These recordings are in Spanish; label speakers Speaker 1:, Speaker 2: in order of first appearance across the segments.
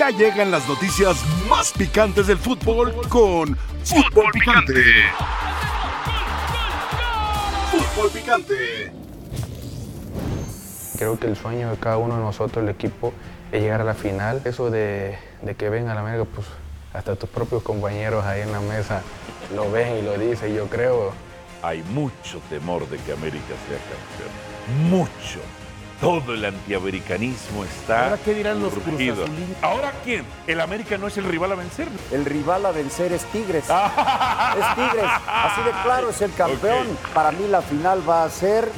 Speaker 1: Ya llegan las noticias más picantes del fútbol con Fútbol Picante. Fútbol Picante.
Speaker 2: Creo que el sueño de cada uno de nosotros, el equipo, es llegar a la final. Eso de, de que venga la América, pues hasta tus propios compañeros ahí en la mesa lo ven y lo dicen, yo creo.
Speaker 3: Hay mucho temor de que América sea campeón. Mucho. Todo el antiamericanismo está.
Speaker 4: Ahora, ¿qué dirán los
Speaker 3: urgido.
Speaker 4: cruzazulinos?
Speaker 3: Ahora quién? El América no es el rival a vencer.
Speaker 5: El rival a vencer es Tigres. es Tigres. Así
Speaker 3: Ah,
Speaker 5: de claro es el campeón. Para mí la final va a ser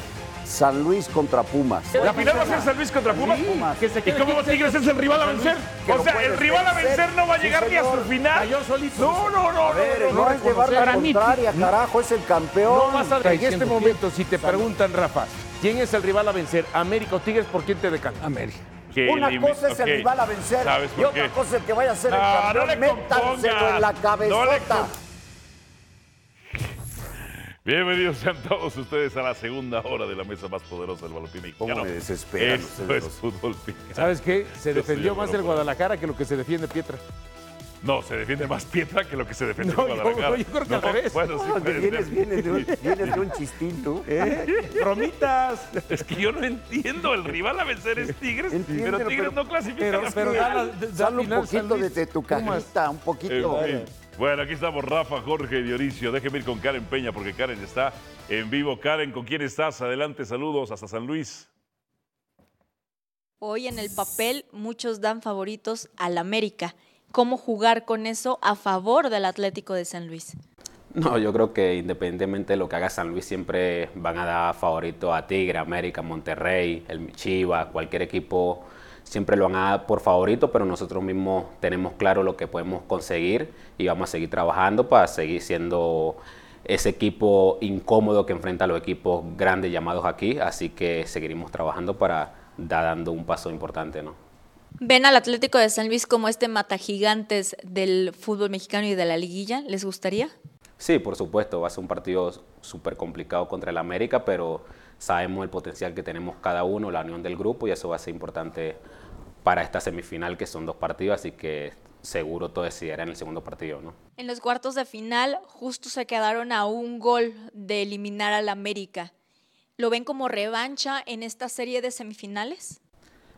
Speaker 5: San Luis contra Pumas.
Speaker 3: La final va a ser San Luis contra Pumas.
Speaker 4: que se
Speaker 3: ¿Y
Speaker 4: quede
Speaker 3: cómo Tigres es el rival a vencer?
Speaker 5: Que
Speaker 3: O
Speaker 5: lo
Speaker 3: sea,
Speaker 5: puedes
Speaker 3: el rival a
Speaker 5: vencer.
Speaker 3: vencer no va a
Speaker 5: Sí,
Speaker 3: llegar ni hasta
Speaker 5: señor.
Speaker 3: el final.
Speaker 4: Cayó solito.
Speaker 3: No, no, no, no, no.
Speaker 5: No es llevar la
Speaker 4: Para mí,
Speaker 5: contraria, carajo, es el campeón.
Speaker 4: No vas a-
Speaker 6: Está
Speaker 4: en este
Speaker 6: diciendo
Speaker 4: momento, si te preguntan, Rafa, ¿quién es el rival a vencer? ¿América o Tigres? ¿Por quién te decantas?
Speaker 6: América.
Speaker 3: Que
Speaker 5: Una
Speaker 3: elim-
Speaker 5: cosa es el
Speaker 3: ok.
Speaker 5: rival a vencer
Speaker 3: ¿Sabes
Speaker 5: y
Speaker 3: por
Speaker 5: otra
Speaker 3: qué?
Speaker 5: cosa es el que vaya a ser el
Speaker 3: Ah, no
Speaker 5: campeón.
Speaker 3: le
Speaker 5: Métanselo
Speaker 3: compongas.
Speaker 5: en la
Speaker 3: No le
Speaker 5: cabezota.
Speaker 3: com- Bienvenidos sean todos ustedes a la segunda hora de la mesa más poderosa del balompié mexicano.
Speaker 5: me desesperan
Speaker 3: Esto
Speaker 5: ustedes
Speaker 3: es
Speaker 5: dos.
Speaker 3: fútbol picante.
Speaker 4: ¿Sabes qué? Se
Speaker 3: Yo
Speaker 4: defendió
Speaker 3: soy
Speaker 4: más el
Speaker 3: Europa.
Speaker 4: Guadalajara que lo que se defiende Pietra.
Speaker 3: No, se defiende más Pietra que lo que se defiende
Speaker 4: No, yo-
Speaker 3: Guadalajara.
Speaker 4: yo creo que al revés.
Speaker 3: Bueno, sí
Speaker 5: Lo que
Speaker 3: puede
Speaker 5: vienes,
Speaker 3: ser.
Speaker 5: vienes de un, vienes de un chistín, tú.
Speaker 3: Eh,
Speaker 4: ¿eh? ¡Romitas!
Speaker 3: Es que yo no entiendo. El rival a vencer es Tigres,
Speaker 5: Entiéndelo,
Speaker 3: pero Tigres
Speaker 5: pero-
Speaker 3: no clasifica. a
Speaker 4: Pero,
Speaker 3: la
Speaker 4: pero
Speaker 3: final.
Speaker 4: da la- da
Speaker 5: Sal un
Speaker 4: final San
Speaker 5: poquito
Speaker 4: Luis.
Speaker 5: desde tu
Speaker 4: Pumas.
Speaker 5: cajita, un
Speaker 3: En
Speaker 5: poquito.
Speaker 3: fin. Bueno, aquí estamos Rafa, Jorge y Dionisio. Déjeme ir con Karen Peña porque Karen está en vivo. Karen, ¿con quién estás? Adelante, saludos hasta San Luis.
Speaker 7: Hoy en el papel muchos dan favoritos al América. ¿Cómo jugar con eso a favor del Atlético de San Luis?
Speaker 8: No, yo creo que independientemente de lo que haga San Luis, siempre van a dar favorito a Tigre, América, Monterrey, el Chivas, cualquier equipo, siempre lo van a dar por favorito, pero nosotros mismos tenemos claro lo que podemos conseguir y vamos a seguir trabajando para seguir siendo ese equipo incómodo que enfrenta a los equipos grandes llamados aquí, así que seguiremos trabajando para dar dando un paso importante, ¿no?
Speaker 7: ¿Ven al Atlético de San Luis como este mata gigantes del fútbol mexicano y de la liguilla? ¿Les gustaría?
Speaker 8: Sí, por supuesto, va a ser un partido súper complicado contra el América, pero sabemos el potencial que tenemos cada uno, la unión del grupo, y eso va a ser importante para esta semifinal, que son dos partidos, así que seguro todo decidirá en el segundo partido, ¿no?
Speaker 7: En los cuartos de final justo se quedaron a un gol de eliminar al América. ¿Lo ven como revancha en esta serie de semifinales?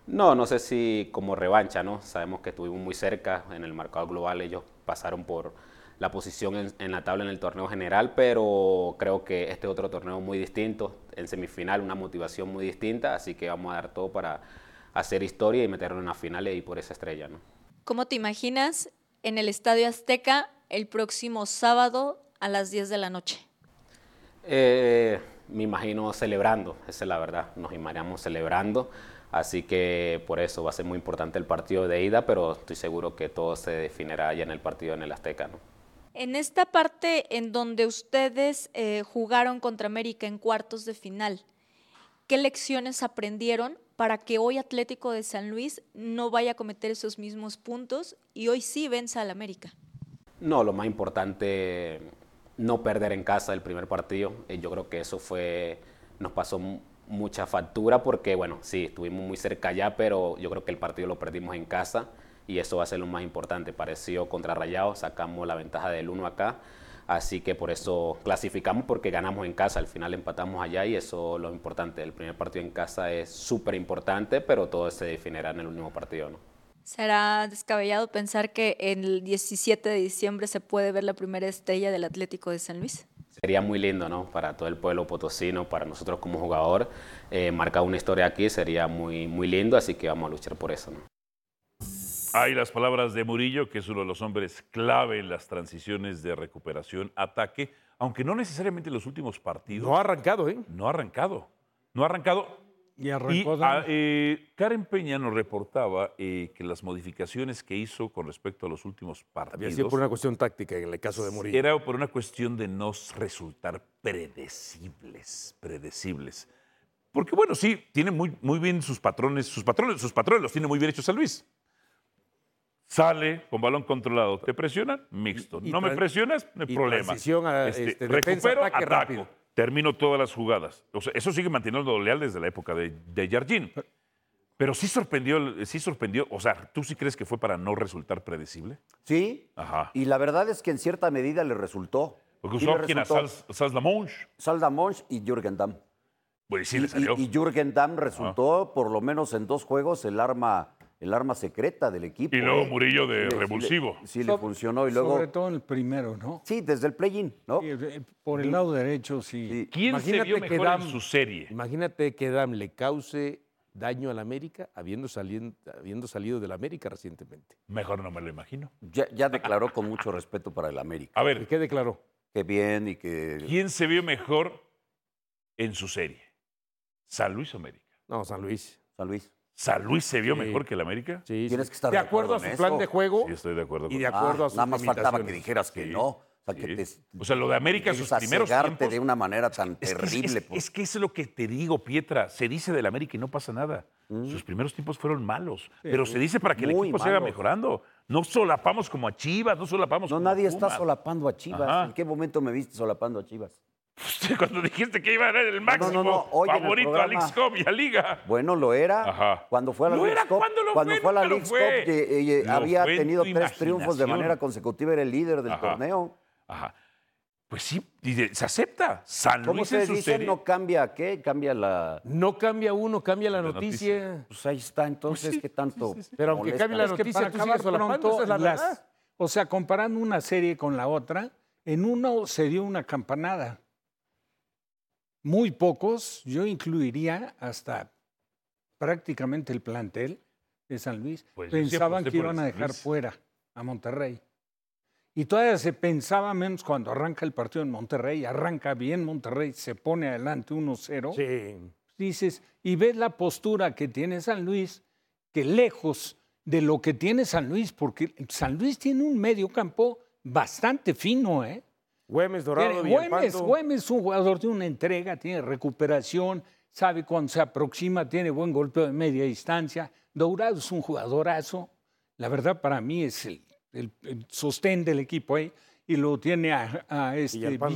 Speaker 8: No, no sé si como revancha, ¿no? Sabemos que estuvimos muy cerca en el mercado global, ellos pasaron por la posición en, en la tabla en el torneo general, pero creo que este es otro torneo muy distinto, en semifinal una motivación muy distinta, así que vamos a dar todo para hacer historia y meternos en las finales y por esa estrella, ¿no?
Speaker 7: ¿Cómo te imaginas en el Estadio Azteca el próximo sábado a las 10 de la noche?
Speaker 8: Eh, me imagino celebrando, esa es la verdad, nos imaginamos celebrando, así que por eso va a ser muy importante el partido de ida, pero estoy seguro que todo se definirá ya en el partido en el Azteca, ¿no?
Speaker 7: En esta parte en donde ustedes eh, jugaron contra América en cuartos de final, ¿qué lecciones aprendieron para que hoy Atlético de San Luis no vaya a cometer esos mismos puntos y hoy sí venza al América?
Speaker 8: No, lo más importante, no perder en casa el primer partido. Eh, Yo creo que eso fue, nos pasó mu- mucha factura porque, bueno, sí, estuvimos muy cerca ya, pero yo creo que el partido lo perdimos en casa y eso va a ser lo más importante. Pareció contra Rayados, sacamos la ventaja del 1 acá, así que por eso clasificamos porque ganamos en casa, al final empatamos allá y eso es lo importante. El primer partido en casa es súper importante, pero todo se definirá en el último partido, ¿no?
Speaker 7: Será descabellado pensar que el 17 de diciembre se puede ver la primera estrella del Atlético de San Luis.
Speaker 8: Sería muy lindo, ¿no? Para todo el pueblo potosino, para nosotros como jugador, eh, marcar una historia aquí sería muy, muy lindo, así que vamos a luchar por eso, ¿no?
Speaker 3: Hay las palabras de Murillo, que es uno de los hombres clave en las transiciones de recuperación, ataque, aunque no necesariamente en los últimos partidos.
Speaker 4: No ha arrancado, ¿eh?
Speaker 3: No ha arrancado. No ha arrancado.
Speaker 6: Y
Speaker 3: Y
Speaker 6: arrancó
Speaker 3: ah,
Speaker 6: dando.
Speaker 3: eh, Karen Peña nos reportaba eh, que las modificaciones que hizo con respecto a los últimos
Speaker 4: Había
Speaker 3: partidos
Speaker 4: sido por una cuestión táctica en el caso de Murillo.
Speaker 3: era por una cuestión de no resultar predecibles, predecibles. Porque bueno, sí, tiene muy, muy bien sus patrones, sus patrones, sus patrones los tiene muy bien hechos San Luis. Sale con balón controlado, te presionan, mixto.
Speaker 4: Y- y
Speaker 3: no me
Speaker 4: tran-
Speaker 3: presionas, no hay
Speaker 4: y
Speaker 3: problema.
Speaker 4: transición a, este, defensa, ataque rápido.
Speaker 3: Termino todas las jugadas. O sea, eso sigue manteniendo leal desde la época de, de Jardín. Pero,
Speaker 9: Pero sí sorprendió, el- sí sorprendió. O sea, ¿tú sí crees que fue para no resultar predecible?
Speaker 5: Sí.
Speaker 9: Ajá.
Speaker 5: Y la verdad es que en cierta medida le resultó.
Speaker 9: Porque
Speaker 5: Sí
Speaker 9: usó
Speaker 5: le
Speaker 9: a quién, a
Speaker 5: resultó.
Speaker 9: Sals, Sals Lamonge.
Speaker 5: Salda Monch y Jürgen Damm.
Speaker 9: Pues sí, le
Speaker 5: Y-
Speaker 9: salió.
Speaker 5: Y, y Jürgen Damm resultó, por lo menos en dos juegos, el arma, el arma secreta del equipo.
Speaker 9: Y luego
Speaker 5: ¿eh?
Speaker 9: Murillo de
Speaker 5: Sí le- sí le-
Speaker 9: revulsivo.
Speaker 5: Sí, le funcionó. Y luego.
Speaker 10: Sobre todo en el primero, ¿no?
Speaker 5: Sí, desde el play-in, ¿no?
Speaker 10: Sí, eh, Por el lado derecho, sí.
Speaker 5: Sí.
Speaker 9: ¿Quién se
Speaker 4: Imagínate
Speaker 9: vio
Speaker 4: que
Speaker 9: mejor
Speaker 4: Dam-
Speaker 9: en su serie?
Speaker 4: Imagínate que Dam le cause daño al América habiendo, salien- habiendo salido del América recientemente.
Speaker 9: Mejor no me lo imagino.
Speaker 5: Ya, ya declaró con mucho respeto para el América.
Speaker 9: A
Speaker 4: ¿Y
Speaker 9: ver,
Speaker 4: qué declaró?
Speaker 5: Qué bien y que.
Speaker 9: ¿quién se vio mejor en su serie? San Luis o América.
Speaker 4: No, San Luis.
Speaker 5: San Luis.
Speaker 9: ¿San Luis se vio
Speaker 4: Sí.
Speaker 9: mejor que el América?
Speaker 4: Sí,
Speaker 5: Tienes
Speaker 4: sí.
Speaker 5: que estar
Speaker 4: de
Speaker 5: de
Speaker 4: acuerdo a
Speaker 5: acuerdo en
Speaker 4: su plan
Speaker 5: eso.
Speaker 4: de juego
Speaker 9: Sí, estoy de acuerdo
Speaker 4: y
Speaker 9: con
Speaker 4: de acuerdo
Speaker 5: Ah,
Speaker 4: a sus
Speaker 5: nada más faltaba que
Speaker 4: limitaciones.
Speaker 5: dijeras que
Speaker 9: Sí.
Speaker 5: no. O sea, que
Speaker 9: Sí.
Speaker 5: te.
Speaker 9: O sea, lo de América, sus
Speaker 5: llegues a
Speaker 9: primeros
Speaker 5: cegarte
Speaker 9: tiempos.
Speaker 5: de una manera tan
Speaker 9: Es que es-
Speaker 5: terrible.
Speaker 9: Es,
Speaker 5: pues.
Speaker 9: es que es lo que te digo, Pietra. Se dice del América y no pasa nada. Sus primeros tiempos fueron malos, pero se dice para que el
Speaker 5: Muy
Speaker 9: equipo siga
Speaker 5: malos.
Speaker 9: mejorando. No solapamos como a Chivas, no solapamos
Speaker 5: No,
Speaker 9: como a
Speaker 5: nadie está
Speaker 9: Pumas.
Speaker 5: solapando a Chivas.
Speaker 9: Ajá.
Speaker 5: ¿En qué momento me viste solapando a Chivas?
Speaker 9: Cuando dijiste que iba a ganar el máximo
Speaker 5: no, no, hoy en el
Speaker 9: favorito a
Speaker 5: programa.
Speaker 9: Alex Cobb y a Liga.
Speaker 5: Bueno, lo era.
Speaker 9: Ajá.
Speaker 5: Cuando fue a la
Speaker 9: Lo
Speaker 5: Leagues
Speaker 9: era
Speaker 5: Cup.
Speaker 9: cuando lo fue,
Speaker 5: fue a la
Speaker 9: nunca lo
Speaker 5: Leagues Cup,
Speaker 9: fue.
Speaker 5: eh, eh, eh,
Speaker 9: Lo
Speaker 5: había
Speaker 9: fue en
Speaker 5: tenido
Speaker 9: tu
Speaker 5: tres triunfos de
Speaker 9: imaginación.
Speaker 5: manera consecutiva. Era el líder del
Speaker 9: Ajá.
Speaker 5: torneo.
Speaker 9: Ajá. Pues sí, dice, se acepta. San
Speaker 5: ¿Cómo
Speaker 9: Luis en
Speaker 5: se
Speaker 9: su
Speaker 5: dice?
Speaker 9: serie.
Speaker 5: No cambia qué, cambia la.
Speaker 4: No cambia uno, cambia la
Speaker 9: La noticia.
Speaker 4: noticia.
Speaker 5: Pues ahí está, entonces, ¿qué tanto?
Speaker 4: Pero aunque
Speaker 5: molesta?
Speaker 4: cambie la
Speaker 10: Es que
Speaker 4: noticia,
Speaker 10: para
Speaker 4: tú
Speaker 10: acabar
Speaker 4: sigues solapando,
Speaker 10: pronto,
Speaker 4: esa es la
Speaker 10: las-
Speaker 4: verdad.
Speaker 10: o sea, comparando una serie con la otra, en uno se dio una campanada. Muy pocos, yo incluiría hasta prácticamente el plantel de San Luis,
Speaker 9: Pues yo sí
Speaker 10: pensaban
Speaker 9: aposté
Speaker 10: que
Speaker 9: por el
Speaker 10: iban a
Speaker 9: San
Speaker 10: dejar
Speaker 9: Luis.
Speaker 10: fuera a Monterrey. Y todavía se pensaba menos cuando arranca el partido en Monterrey, arranca bien Monterrey, se pone adelante 1-0
Speaker 4: Sí.
Speaker 10: dices, y ves la postura que tiene San Luis, que lejos de lo que tiene San Luis, porque San Luis tiene un medio campo bastante fino, ¿eh?
Speaker 4: Güemes, Dorado,
Speaker 10: Tiene- Güemes,
Speaker 4: Villalpando.
Speaker 10: Güemes es un jugador de una entrega, tiene recuperación, sabe cuando se aproxima, tiene buen golpe de media distancia. Dourado es un jugadorazo. La verdad, para mí es el, el- el sostén del equipo ahí. Y lo tiene a, a este
Speaker 4: Villalpando.
Speaker 10: Villalpando, que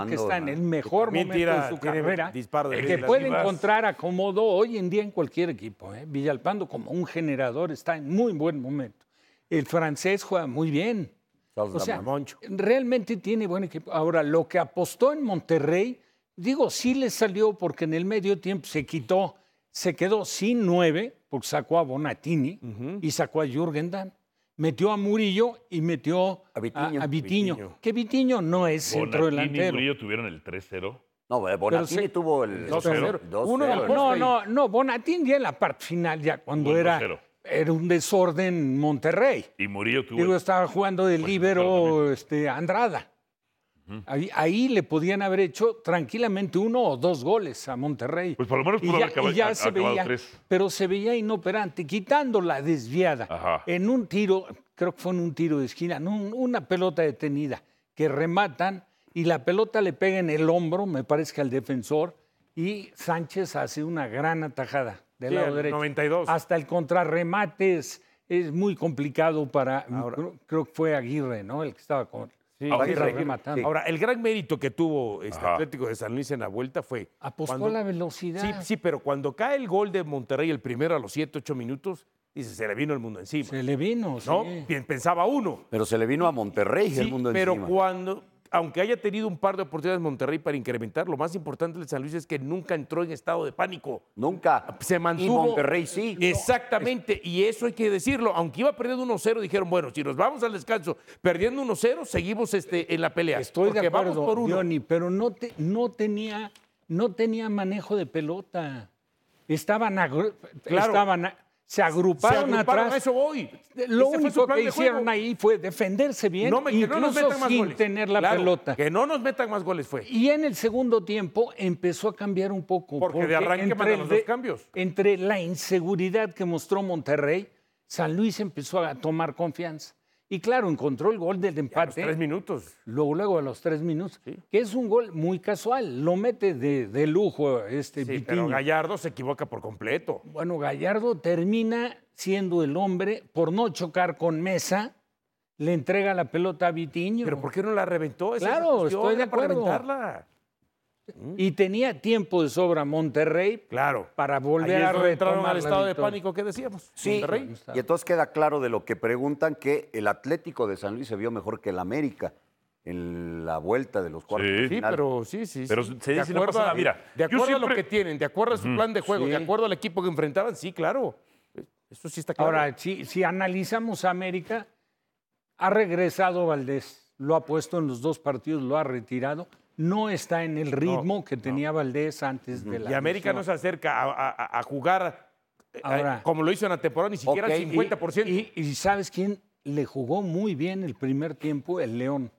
Speaker 5: Villalpando,
Speaker 10: está en
Speaker 5: ¿no?
Speaker 10: el mejor
Speaker 4: también
Speaker 10: momento
Speaker 4: tira-
Speaker 10: de su
Speaker 4: tiene
Speaker 10: carrera.
Speaker 4: disparo de
Speaker 10: que
Speaker 4: las
Speaker 10: puede
Speaker 9: Chivas.
Speaker 10: encontrar acomodo hoy en día en cualquier equipo. ¿eh? Villalpando, como un generador, está en muy buen momento. El francés juega muy bien.
Speaker 5: Charles
Speaker 10: O sea,
Speaker 5: Lamont.
Speaker 10: realmente tiene buen equipo. Ahora, lo que apostó en Monterrey, digo, sí le salió porque en el medio tiempo se quitó, se quedó sin nueve, porque sacó a Bonatini y sacó a Jürgen Damm. Metió a Murillo y metió
Speaker 5: A Vitiño.
Speaker 10: a Vitiño,
Speaker 4: Vitiño.
Speaker 10: que Vitiño no es centro
Speaker 9: Bonatini y
Speaker 10: delantero.
Speaker 9: Murillo tuvieron el 3-0.
Speaker 5: no, eh, Bonatini
Speaker 10: se-
Speaker 5: tuvo el
Speaker 4: 2-0.
Speaker 5: 2-0,
Speaker 4: Uno de
Speaker 5: el-
Speaker 4: los-
Speaker 10: No, no, no, Bonatini ya en la parte final, ya cuando
Speaker 9: Bueno,
Speaker 10: era,
Speaker 9: cero.
Speaker 10: era un desorden en Monterrey.
Speaker 9: Y Murillo tuvo.
Speaker 10: Digo, estaba jugando de
Speaker 9: Buen
Speaker 10: líbero
Speaker 9: jugador
Speaker 10: este, Andrada. ahí, ahí le podían haber hecho tranquilamente uno o dos goles a Monterrey.
Speaker 9: Pues por lo menos
Speaker 10: Y
Speaker 9: pudo
Speaker 10: ya-
Speaker 9: haber acaba-
Speaker 10: y ya
Speaker 9: a-
Speaker 10: se
Speaker 9: acabado
Speaker 10: veía,
Speaker 9: tres.
Speaker 10: Pero se veía inoperante, quitando la desviada.
Speaker 9: Ajá.
Speaker 10: En un tiro, creo que fue en un tiro de esquina, en un- una pelota detenida, que rematan y la pelota le pega en el hombro, me parece que al defensor, y Sánchez hace una gran atajada del
Speaker 4: Sí,
Speaker 10: lado
Speaker 4: al
Speaker 10: derecho.
Speaker 4: 92.
Speaker 10: Hasta el contrarremate es, es muy complicado para. creo, creo que fue Aguirre, ¿no? El que estaba con.
Speaker 4: Sí,
Speaker 10: Aguirre
Speaker 5: Aguirre,
Speaker 10: rematando.
Speaker 5: sí.
Speaker 4: Ahora, el gran mérito que tuvo este
Speaker 9: Ajá.
Speaker 4: Atlético de San Luis en la vuelta fue.
Speaker 10: Apostó
Speaker 4: cuando-
Speaker 10: la velocidad.
Speaker 5: Ah.
Speaker 4: Sí, sí, pero cuando cae el gol de Monterrey, el primero a los 7, 8 minutos, dice, se le vino el mundo encima.
Speaker 10: Se le vino, sí.
Speaker 4: ¿No? Bien, Pensaba uno.
Speaker 5: Pero se le vino a Monterrey el
Speaker 4: Sí,
Speaker 5: mundo
Speaker 4: pero
Speaker 5: encima.
Speaker 4: cuando, aunque haya tenido un par de oportunidades Monterrey para incrementar, lo más importante de San Luis es que nunca entró en estado de pánico.
Speaker 5: Nunca.
Speaker 4: Se mantuvo.
Speaker 5: Y Monterrey sí.
Speaker 4: Exactamente, y eso hay que decirlo. Aunque iba perdiendo 1-0, dijeron, bueno, si nos vamos al descanso perdiendo 1-0, seguimos este, en la pelea.
Speaker 10: Estoy
Speaker 4: porque
Speaker 10: de acuerdo,
Speaker 4: vamos por uno.
Speaker 10: Johnny, pero no, te- no, tenía, no tenía manejo de pelota. Estaban, agru-
Speaker 4: Claro.
Speaker 10: estaban a- se agruparon,
Speaker 4: Se agruparon,
Speaker 10: atrás.
Speaker 4: a eso voy.
Speaker 10: Lo
Speaker 4: Ese fue su
Speaker 10: único
Speaker 4: plan
Speaker 10: que
Speaker 4: de juego.
Speaker 10: hicieron ahí fue defenderse bien,
Speaker 4: No me- que no
Speaker 10: incluso
Speaker 4: nos metan más
Speaker 10: sin
Speaker 4: goles.
Speaker 10: tener la
Speaker 4: Claro,
Speaker 10: pelota.
Speaker 4: Que no nos metan más goles fue.
Speaker 10: Y en el segundo tiempo empezó a cambiar un poco.
Speaker 4: Porque de arranque mandan los dos cambios.
Speaker 10: Entre la inseguridad que mostró Monterrey, San Luis empezó a tomar confianza. Y claro, encontró el gol del
Speaker 4: A los
Speaker 10: empate
Speaker 4: tres minutos.
Speaker 10: luego, luego a los tres minutos, que es un gol muy casual, lo mete de, de lujo este
Speaker 4: Sí, pero
Speaker 10: Vitiño.
Speaker 4: Gallardo se equivoca por completo.
Speaker 10: Bueno, Gallardo termina siendo el hombre, por no chocar con Mesa, le entrega la pelota a Vitiño.
Speaker 4: Pero ¿por qué no la reventó? Esa es la
Speaker 10: Claro,
Speaker 4: cuestión,
Speaker 10: estoy de
Speaker 4: era para
Speaker 10: acuerdo.
Speaker 4: reventarla.
Speaker 10: Y tenía tiempo de sobra Monterrey
Speaker 4: Mm. Claro.
Speaker 10: para volver
Speaker 4: Ahí es
Speaker 10: a
Speaker 4: donde entraron
Speaker 10: retomar
Speaker 4: al
Speaker 10: la
Speaker 4: estado de
Speaker 10: victoria.
Speaker 4: pánico que decíamos.
Speaker 5: Sí,
Speaker 4: Monterrey.
Speaker 5: y entonces queda claro de lo que preguntan que el Atlético de San Luis se vio mejor que el América en la vuelta de los cuartos.
Speaker 9: Sí.
Speaker 5: de
Speaker 4: Sí,
Speaker 5: final.
Speaker 4: pero sí, sí. sí.
Speaker 9: Pero se
Speaker 4: De
Speaker 9: dice, no pasa nada. Mira,
Speaker 4: de
Speaker 9: yo
Speaker 4: acuerdo a lo
Speaker 9: siempre-
Speaker 4: que tienen, de acuerdo a su plan de juego,
Speaker 5: sí.
Speaker 4: de acuerdo al equipo que enfrentaban, sí, claro. Eso sí está claro.
Speaker 10: Ahora, si, si analizamos a América, ha regresado Valdés, lo ha puesto en los dos partidos, lo ha retirado, no está en el ritmo que tenía Valdés antes de la...
Speaker 4: y América no se
Speaker 10: lesión.
Speaker 4: acerca a, a- a- a jugar eh,
Speaker 10: Ahora.
Speaker 4: como lo hizo en la temporada, ni siquiera
Speaker 5: Ok,
Speaker 4: al 50%.
Speaker 10: Y, y ¿sabes quién le jugó muy bien el primer tiempo? El León.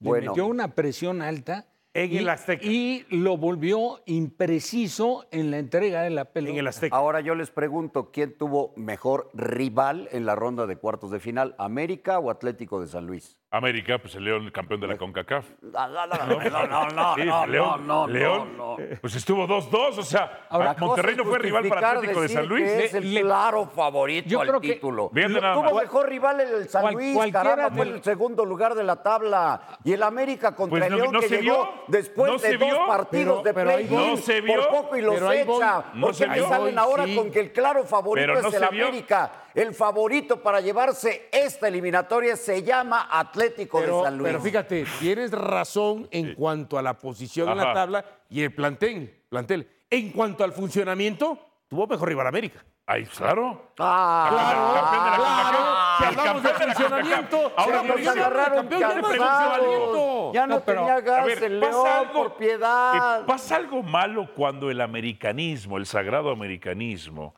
Speaker 10: Le
Speaker 5: Bueno.
Speaker 10: metió una presión alta.
Speaker 4: En
Speaker 10: y,
Speaker 4: el Azteca.
Speaker 10: Y lo volvió impreciso en la entrega de la pelota.
Speaker 4: en el Azteca.
Speaker 5: Ahora yo les pregunto, ¿quién tuvo mejor rival en la ronda de cuartos de final, América o Atlético de San Luis?
Speaker 3: América, pues el León, el campeón de la CONCACAF.
Speaker 5: No, no, no, no,
Speaker 3: Sí,
Speaker 5: no,
Speaker 3: León,
Speaker 5: no, no,
Speaker 3: León,
Speaker 5: no.
Speaker 3: pues estuvo 2-2, o sea,
Speaker 5: La cosa
Speaker 3: Ah, Monterrey
Speaker 5: es
Speaker 3: no fue rival para
Speaker 5: justificar
Speaker 3: Atlético de
Speaker 5: decir
Speaker 3: San Luis.
Speaker 5: que es el
Speaker 10: Le-
Speaker 5: claro favorito
Speaker 10: Yo
Speaker 5: al
Speaker 10: creo que-
Speaker 5: título.
Speaker 3: Fíjate
Speaker 5: Lo
Speaker 3: nada
Speaker 5: tuvo
Speaker 3: más.
Speaker 5: mejor rival el San
Speaker 10: Cual-
Speaker 5: Luis,
Speaker 10: cualquiera
Speaker 5: caramba,
Speaker 10: de
Speaker 5: fue
Speaker 10: los-
Speaker 5: el segundo lugar de la tabla. Y el América contra
Speaker 3: Pues
Speaker 5: el
Speaker 3: no-
Speaker 5: León
Speaker 3: no
Speaker 5: que
Speaker 3: se
Speaker 5: llegó
Speaker 3: vio,
Speaker 5: después
Speaker 3: no
Speaker 5: de
Speaker 3: se
Speaker 5: dos
Speaker 3: vio.
Speaker 5: partidos
Speaker 4: Pero-
Speaker 5: de
Speaker 4: pero ahí
Speaker 5: play
Speaker 4: voy.
Speaker 3: No se vio.
Speaker 5: por poco y los
Speaker 4: Pero ahí voy.
Speaker 5: echa.
Speaker 4: No
Speaker 5: porque
Speaker 4: se
Speaker 5: ahí
Speaker 4: vio.
Speaker 5: salen ahora
Speaker 4: Sí.
Speaker 5: con que el claro favorito
Speaker 3: Pero no
Speaker 5: es el
Speaker 3: se vio.
Speaker 5: América. El favorito para llevarse esta eliminatoria se llama Atlético
Speaker 4: Pero,
Speaker 5: de San Luis.
Speaker 4: pero fíjate, tienes razón en cuanto a la posición en la
Speaker 3: Ajá.
Speaker 4: tabla y el plantel, plantel. En cuanto al funcionamiento, tuvo mejor rival América.
Speaker 3: Ay, claro.
Speaker 5: Ah,
Speaker 3: campeón de la CONCACAF.
Speaker 4: Si
Speaker 3: El
Speaker 4: hablamos de
Speaker 3: campeón de la
Speaker 4: funcionamiento,
Speaker 3: CONCACAF.
Speaker 4: pero
Speaker 5: Pero
Speaker 3: Ahora
Speaker 4: ya
Speaker 5: nos
Speaker 3: Mauricio,
Speaker 5: agarraron
Speaker 4: campeón, ya
Speaker 3: pregunta de
Speaker 5: cansados.
Speaker 4: funcionamiento.
Speaker 5: Ya no,
Speaker 10: No, pero,
Speaker 5: tenía gas
Speaker 3: A ver,
Speaker 5: el
Speaker 3: pasa
Speaker 5: León,
Speaker 3: algo-
Speaker 5: por piedad.
Speaker 3: eh, pasa algo malo cuando el americanismo, el sagrado americanismo,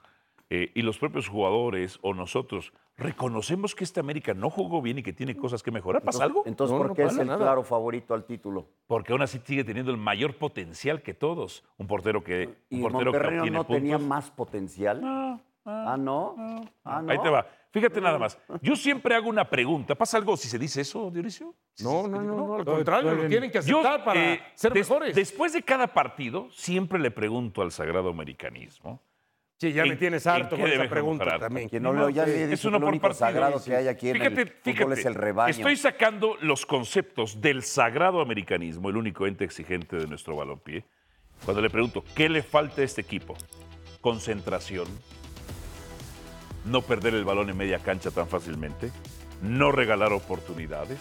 Speaker 3: eh, y los propios jugadores o nosotros reconocemos que esta América no jugó bien y que tiene cosas que mejorar. ¿Pasa algo?
Speaker 5: Entonces,
Speaker 4: No,
Speaker 5: ¿por
Speaker 4: no
Speaker 5: qué es
Speaker 4: pasa
Speaker 5: el
Speaker 4: nada.
Speaker 5: claro favorito al título?
Speaker 3: Porque aún así sigue teniendo el mayor potencial que todos. Un portero que, un
Speaker 5: ¿Y
Speaker 3: portero que
Speaker 5: Monterrey no
Speaker 3: obtiene
Speaker 5: tenía
Speaker 3: puntos.
Speaker 5: más potencial? ah, no. Ah, no. Mm.
Speaker 3: Ahí te va. Fíjate nada más. Yo siempre hago una pregunta. ¿Pasa algo si se dice eso, Dionisio? Si
Speaker 4: No,
Speaker 3: se-
Speaker 4: no, no, no, al contrario, lo tienen que
Speaker 3: Yo,
Speaker 4: aceptar para
Speaker 3: eh,
Speaker 4: ser
Speaker 3: des-
Speaker 4: mejores.
Speaker 3: Después de cada partido, siempre le pregunto al sagrado americanismo.
Speaker 4: Sí, ya
Speaker 3: ¿en-
Speaker 4: me tienes
Speaker 3: en
Speaker 4: harto
Speaker 3: qué
Speaker 4: con esa
Speaker 3: debemos
Speaker 4: pregunta
Speaker 3: mejorar?
Speaker 4: también.
Speaker 5: Que no lo ya le he
Speaker 3: Es
Speaker 5: dicho
Speaker 3: uno
Speaker 5: que lo
Speaker 3: por
Speaker 5: único
Speaker 3: partido.
Speaker 5: sagrado que hay aquí en
Speaker 3: Fíjate,
Speaker 5: el fútbol
Speaker 3: fíjate,
Speaker 5: es el rebaño.
Speaker 3: Estoy sacando los conceptos del sagrado americanismo, el único ente exigente de nuestro balompié. Cuando le pregunto, ¿qué le falta a este equipo? Concentración, no perder el balón en media cancha tan fácilmente, no regalar oportunidades,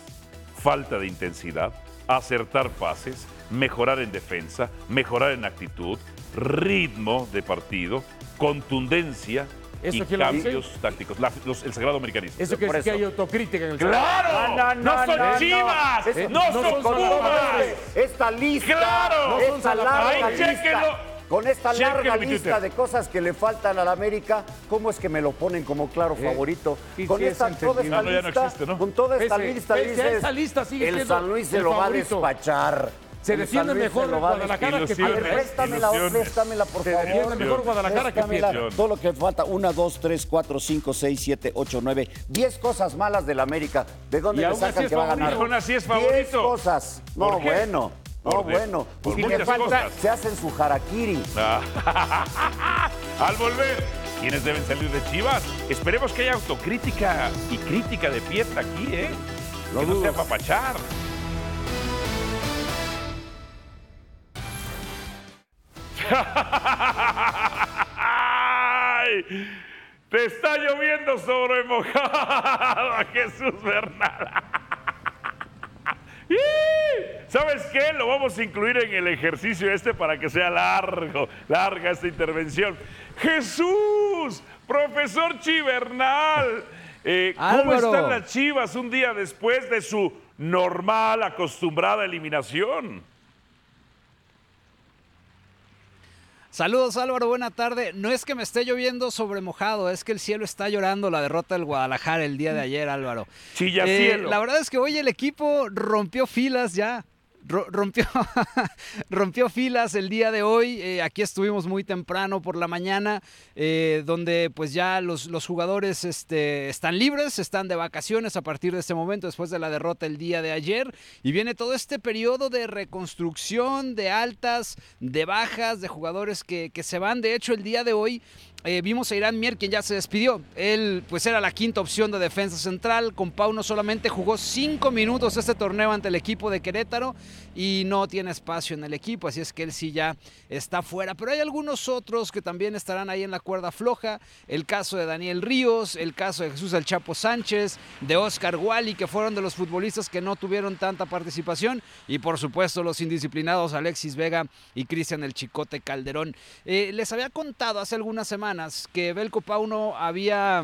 Speaker 3: falta de intensidad, acertar pases, mejorar en defensa, mejorar en actitud, ritmo de partido, contundencia
Speaker 4: ¿Eso
Speaker 3: y
Speaker 4: quién lo dice?
Speaker 3: cambios tácticos. La- los- el sagrado americanismo.
Speaker 4: Eso que
Speaker 5: Por
Speaker 4: es que
Speaker 5: eso.
Speaker 4: hay autocrítica en el
Speaker 3: ¡Claro!
Speaker 5: Ah,
Speaker 3: ¡No, son
Speaker 5: no.
Speaker 3: chivas!
Speaker 5: Eso-
Speaker 3: ¡No, son
Speaker 4: son
Speaker 3: pumas!
Speaker 4: salvadoreños.
Speaker 5: Esta lista,
Speaker 3: ¡Claro! No son
Speaker 5: esta
Speaker 3: salvadoreños.
Speaker 5: larga
Speaker 3: Ahí, chéquenlo.
Speaker 5: lista, con esta larga
Speaker 3: Chéquenlo, mi
Speaker 5: lista
Speaker 3: Twitter.
Speaker 5: de cosas que le faltan a la América, ¿cómo es que me lo ponen como claro
Speaker 4: Eh,
Speaker 5: favorito?
Speaker 10: sí,
Speaker 5: Con
Speaker 10: sí,
Speaker 5: esta,
Speaker 10: es
Speaker 5: toda esta
Speaker 3: entendible. No, ya no
Speaker 5: lista,
Speaker 3: existe, ¿no?
Speaker 5: con toda esta
Speaker 4: Pese-
Speaker 5: lista,
Speaker 4: pese a
Speaker 5: dices,
Speaker 4: esa lista sigue
Speaker 5: el
Speaker 4: siendo
Speaker 5: San Luis se
Speaker 4: el
Speaker 5: lo
Speaker 4: favorito.
Speaker 5: va a despachar.
Speaker 4: Se
Speaker 5: El
Speaker 4: defiende
Speaker 5: San Luis
Speaker 4: mejor
Speaker 5: se lo
Speaker 4: el
Speaker 5: va a
Speaker 4: Guadalajara que
Speaker 5: despachar. A ver,
Speaker 3: Tigres.
Speaker 5: préstamela,
Speaker 3: Ilusiones.
Speaker 5: préstamela, por
Speaker 4: Se defiende
Speaker 5: favor.
Speaker 4: mejor Guadalajara que
Speaker 5: Préstamela.
Speaker 4: Tigres.
Speaker 5: Todo lo que falta, 1, 2, 3, 4, 5, 6, 7, 8, 9, 10 cosas malas del América. ¿De
Speaker 4: Y
Speaker 5: dónde le
Speaker 4: aún así
Speaker 5: sacan
Speaker 4: es
Speaker 5: que va a ganar?
Speaker 4: favorito.
Speaker 3: Aún así es
Speaker 5: 10
Speaker 3: favorito.
Speaker 5: cosas. No,
Speaker 3: ¿Por qué?
Speaker 5: bueno. No,
Speaker 3: Por de-
Speaker 5: bueno.
Speaker 3: por
Speaker 5: Y le
Speaker 3: muchas
Speaker 5: falta-
Speaker 3: cosas.
Speaker 5: se hacen su harakiri.
Speaker 3: Al volver, ¿quiénes deben salir de Chivas? Esperemos que haya autocrítica y crítica de fiesta aquí, ¿eh? que no sea papachar. ¡Ay! Te está lloviendo sobre mojado, Jesús Bernal. ¡Ih! ¿Sabes qué? Lo vamos a incluir en el ejercicio este para que sea largo, larga esta intervención. Jesús, profesor Chivernal, eh, ¿cómo
Speaker 11: Álvaro.
Speaker 3: están las Chivas un día después de su normal, acostumbrada eliminación?
Speaker 11: Saludos Álvaro, buena tarde. No es que me esté lloviendo sobre mojado, es que el cielo está llorando la derrota del Guadalajara el día de ayer, Álvaro. Eh,
Speaker 3: Chilla cielo.
Speaker 11: la verdad es que hoy el equipo rompió filas ya. ro- Rompió, rompió filas el día de hoy. Eh, aquí estuvimos muy temprano por la mañana, eh, donde pues ya los, los jugadores este, están libres, están de vacaciones a partir de este momento, después de la derrota el día de ayer. Y viene todo este periodo de reconstrucción, de altas, de bajas, de jugadores que, que se van. De hecho, el día de hoy eh, vimos a Irán Mier, quien ya se despidió. Él, pues, era la quinta opción de defensa central. Con Pau no solamente jugó cinco minutos este torneo ante el equipo de Querétaro y no tiene espacio en el equipo, así es que él sí ya está fuera. Pero hay algunos otros que también estarán ahí en la cuerda floja. El caso de Daniel Ríos, el caso de Jesús El Chapo Sánchez, de Oscar Wally, que fueron de los futbolistas que no tuvieron tanta participación. Y por supuesto, los indisciplinados Alexis Vega y Cristian El Chicote Calderón. Eh, les había contado hace algunas semanas que Belko Pauno había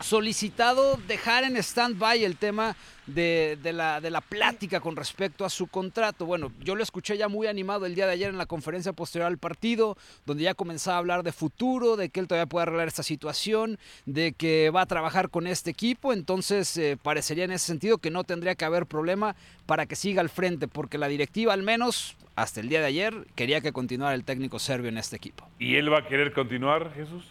Speaker 11: solicitado dejar en stand-by el tema de, de, la, de la plática con respecto a su contrato. Bueno, yo lo escuché ya muy animado el día de ayer en la conferencia posterior al partido, donde ya comenzaba a hablar de futuro, de que él todavía puede arreglar esta situación, de que va a trabajar con este equipo. Entonces, eh, parecería en ese sentido que no tendría que haber problema para que siga al frente, porque la directiva, al menos hasta el día de ayer, quería que continuara el técnico serbio en este equipo.
Speaker 3: ¿Y él va a querer continuar, Jesús?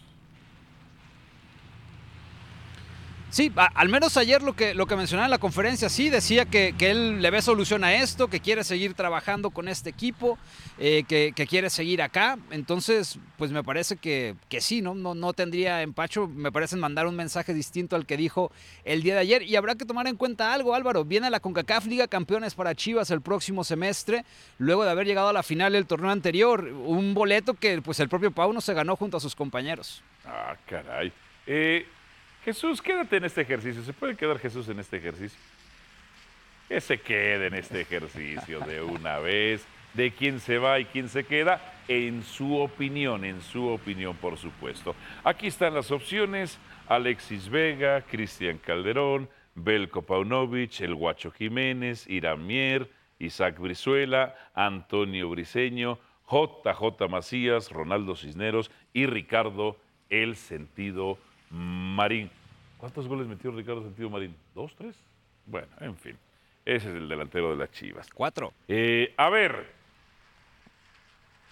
Speaker 11: Sí, a, al menos ayer lo que, lo que mencionaba en la conferencia, sí, decía que, que él le ve solución a esto, que quiere seguir trabajando con este equipo, eh, que, que, quiere seguir acá. Entonces, pues me parece que, que sí, ¿no? ¿no? No tendría empacho, me parece mandar un mensaje distinto al que dijo el día de ayer. Y habrá que tomar en cuenta algo, Álvaro. Viene la CONCACAF Liga Campeones para Chivas el próximo semestre, luego de haber llegado a la final del torneo anterior. Un boleto que pues el propio Pauno se ganó junto a sus compañeros.
Speaker 3: Ah, caray. Eh... Jesús, quédate en este ejercicio. ¿Se puede quedar Jesús en este ejercicio? Que se quede en este ejercicio de una vez, de quién se va y quién se queda, en su opinión, en su opinión, por supuesto. Aquí están las opciones: Alexis Vega, Cristian Calderón, Belko Paunovic, El Guacho Jiménez, Irán Mier, Isaac Brizuela, Antonio Briseño, JJ Macías, Ronaldo Cisneros y Ricardo El Sentido Marín. ¿Cuántos goles metió Ricardo Sentido Marín? ¿Dos, tres? Bueno, en fin. Ese es el delantero de las Chivas.
Speaker 11: Cuatro.
Speaker 3: Eh, a ver.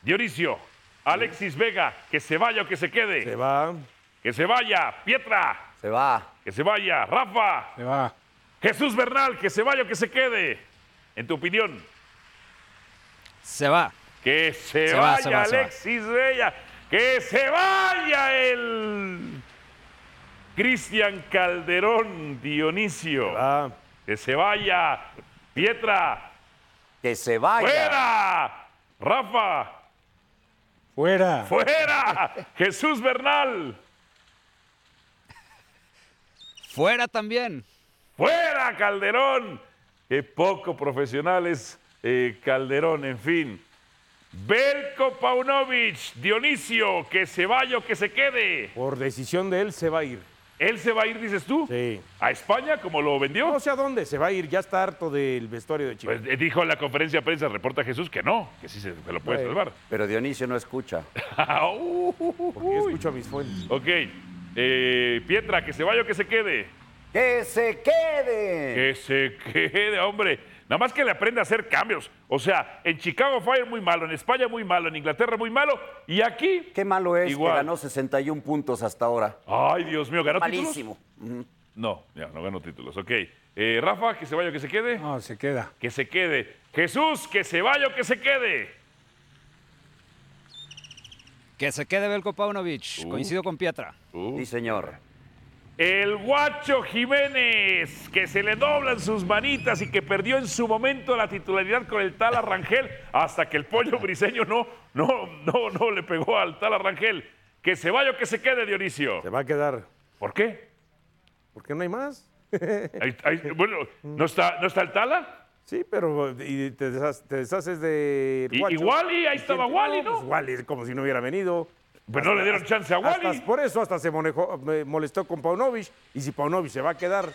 Speaker 3: Dionisio, Alexis Vega, que se vaya o que se quede.
Speaker 4: Se va.
Speaker 3: Que se vaya. Pietra.
Speaker 5: Se va.
Speaker 3: Que se vaya. Rafa.
Speaker 10: Se va.
Speaker 3: Jesús Bernal, que se vaya o que se quede. En tu opinión.
Speaker 11: Se va.
Speaker 3: Que se, se vaya, va, se va, Alexis se va. Vega. Que se vaya el Cristian Calderón Dionisio.
Speaker 4: Ah.
Speaker 3: Que se vaya. Pietra.
Speaker 5: Que se vaya.
Speaker 3: Fuera. Rafa.
Speaker 10: Fuera.
Speaker 3: Fuera. Jesús Bernal.
Speaker 11: Fuera también.
Speaker 3: Fuera Calderón. Qué poco profesionales eh, Calderón, en fin. Belko Paunovic, Dionisio, que se vaya o que se quede.
Speaker 4: Por decisión de él se va a ir.
Speaker 3: ¿Él se va a ir, dices tú?
Speaker 4: Sí.
Speaker 3: ¿A España, como lo vendió?
Speaker 4: No sé a dónde, se va a ir, ya está harto del vestuario de Chivas.
Speaker 3: Pues, dijo en la conferencia de prensa, reporta Jesús, que no, que sí se, se lo puede bueno, salvar.
Speaker 5: Pero Dionisio no escucha.
Speaker 4: Porque escucho a mis fuentes.
Speaker 3: Ok, eh, Pietra, que se vaya o que se quede.
Speaker 5: ¡Que se quede!
Speaker 3: ¡Que se quede, hombre! Nada más que le aprenda a hacer cambios. O sea, en Chicago Fire muy malo, en España muy malo, en Inglaterra muy malo y aquí.
Speaker 5: Qué malo es igual. que ganó 61 puntos hasta ahora.
Speaker 3: Ay, Dios mío, ganó
Speaker 5: Malísimo.
Speaker 3: títulos. Mm. No, ya no ganó títulos. Ok. Eh, Rafa, que se vaya o que se quede.
Speaker 10: No, se queda.
Speaker 3: Que se quede. Jesús, que se vaya o que se quede.
Speaker 11: Que se quede Belko Paunovic. Uh. Coincido con Pietra.
Speaker 5: Uh. Sí, señor.
Speaker 3: El guacho Jiménez, que se le doblan sus manitas y que perdió en su momento la titularidad con el tal Arrangel, hasta que el pollo briseño no, no, no, no le pegó al tal Arrangel. Que se vaya o que se quede, Dionisio.
Speaker 4: Se va a quedar.
Speaker 3: ¿Por qué?
Speaker 4: Porque no hay más.
Speaker 3: ¿Hay, hay, bueno, ¿no está, ¿no está el Tala?
Speaker 4: Sí, pero y te, deshaces, te, deshaces de.
Speaker 3: Y, y, Wally, ahí estaba Wally, ¿no?
Speaker 4: Pues Wally, como si no hubiera venido.
Speaker 3: Pero hasta, no le dieron chance a Wally.
Speaker 4: Hasta, por eso hasta se molejó, molestó con Paunovic. Y si Paunovic se va a quedar,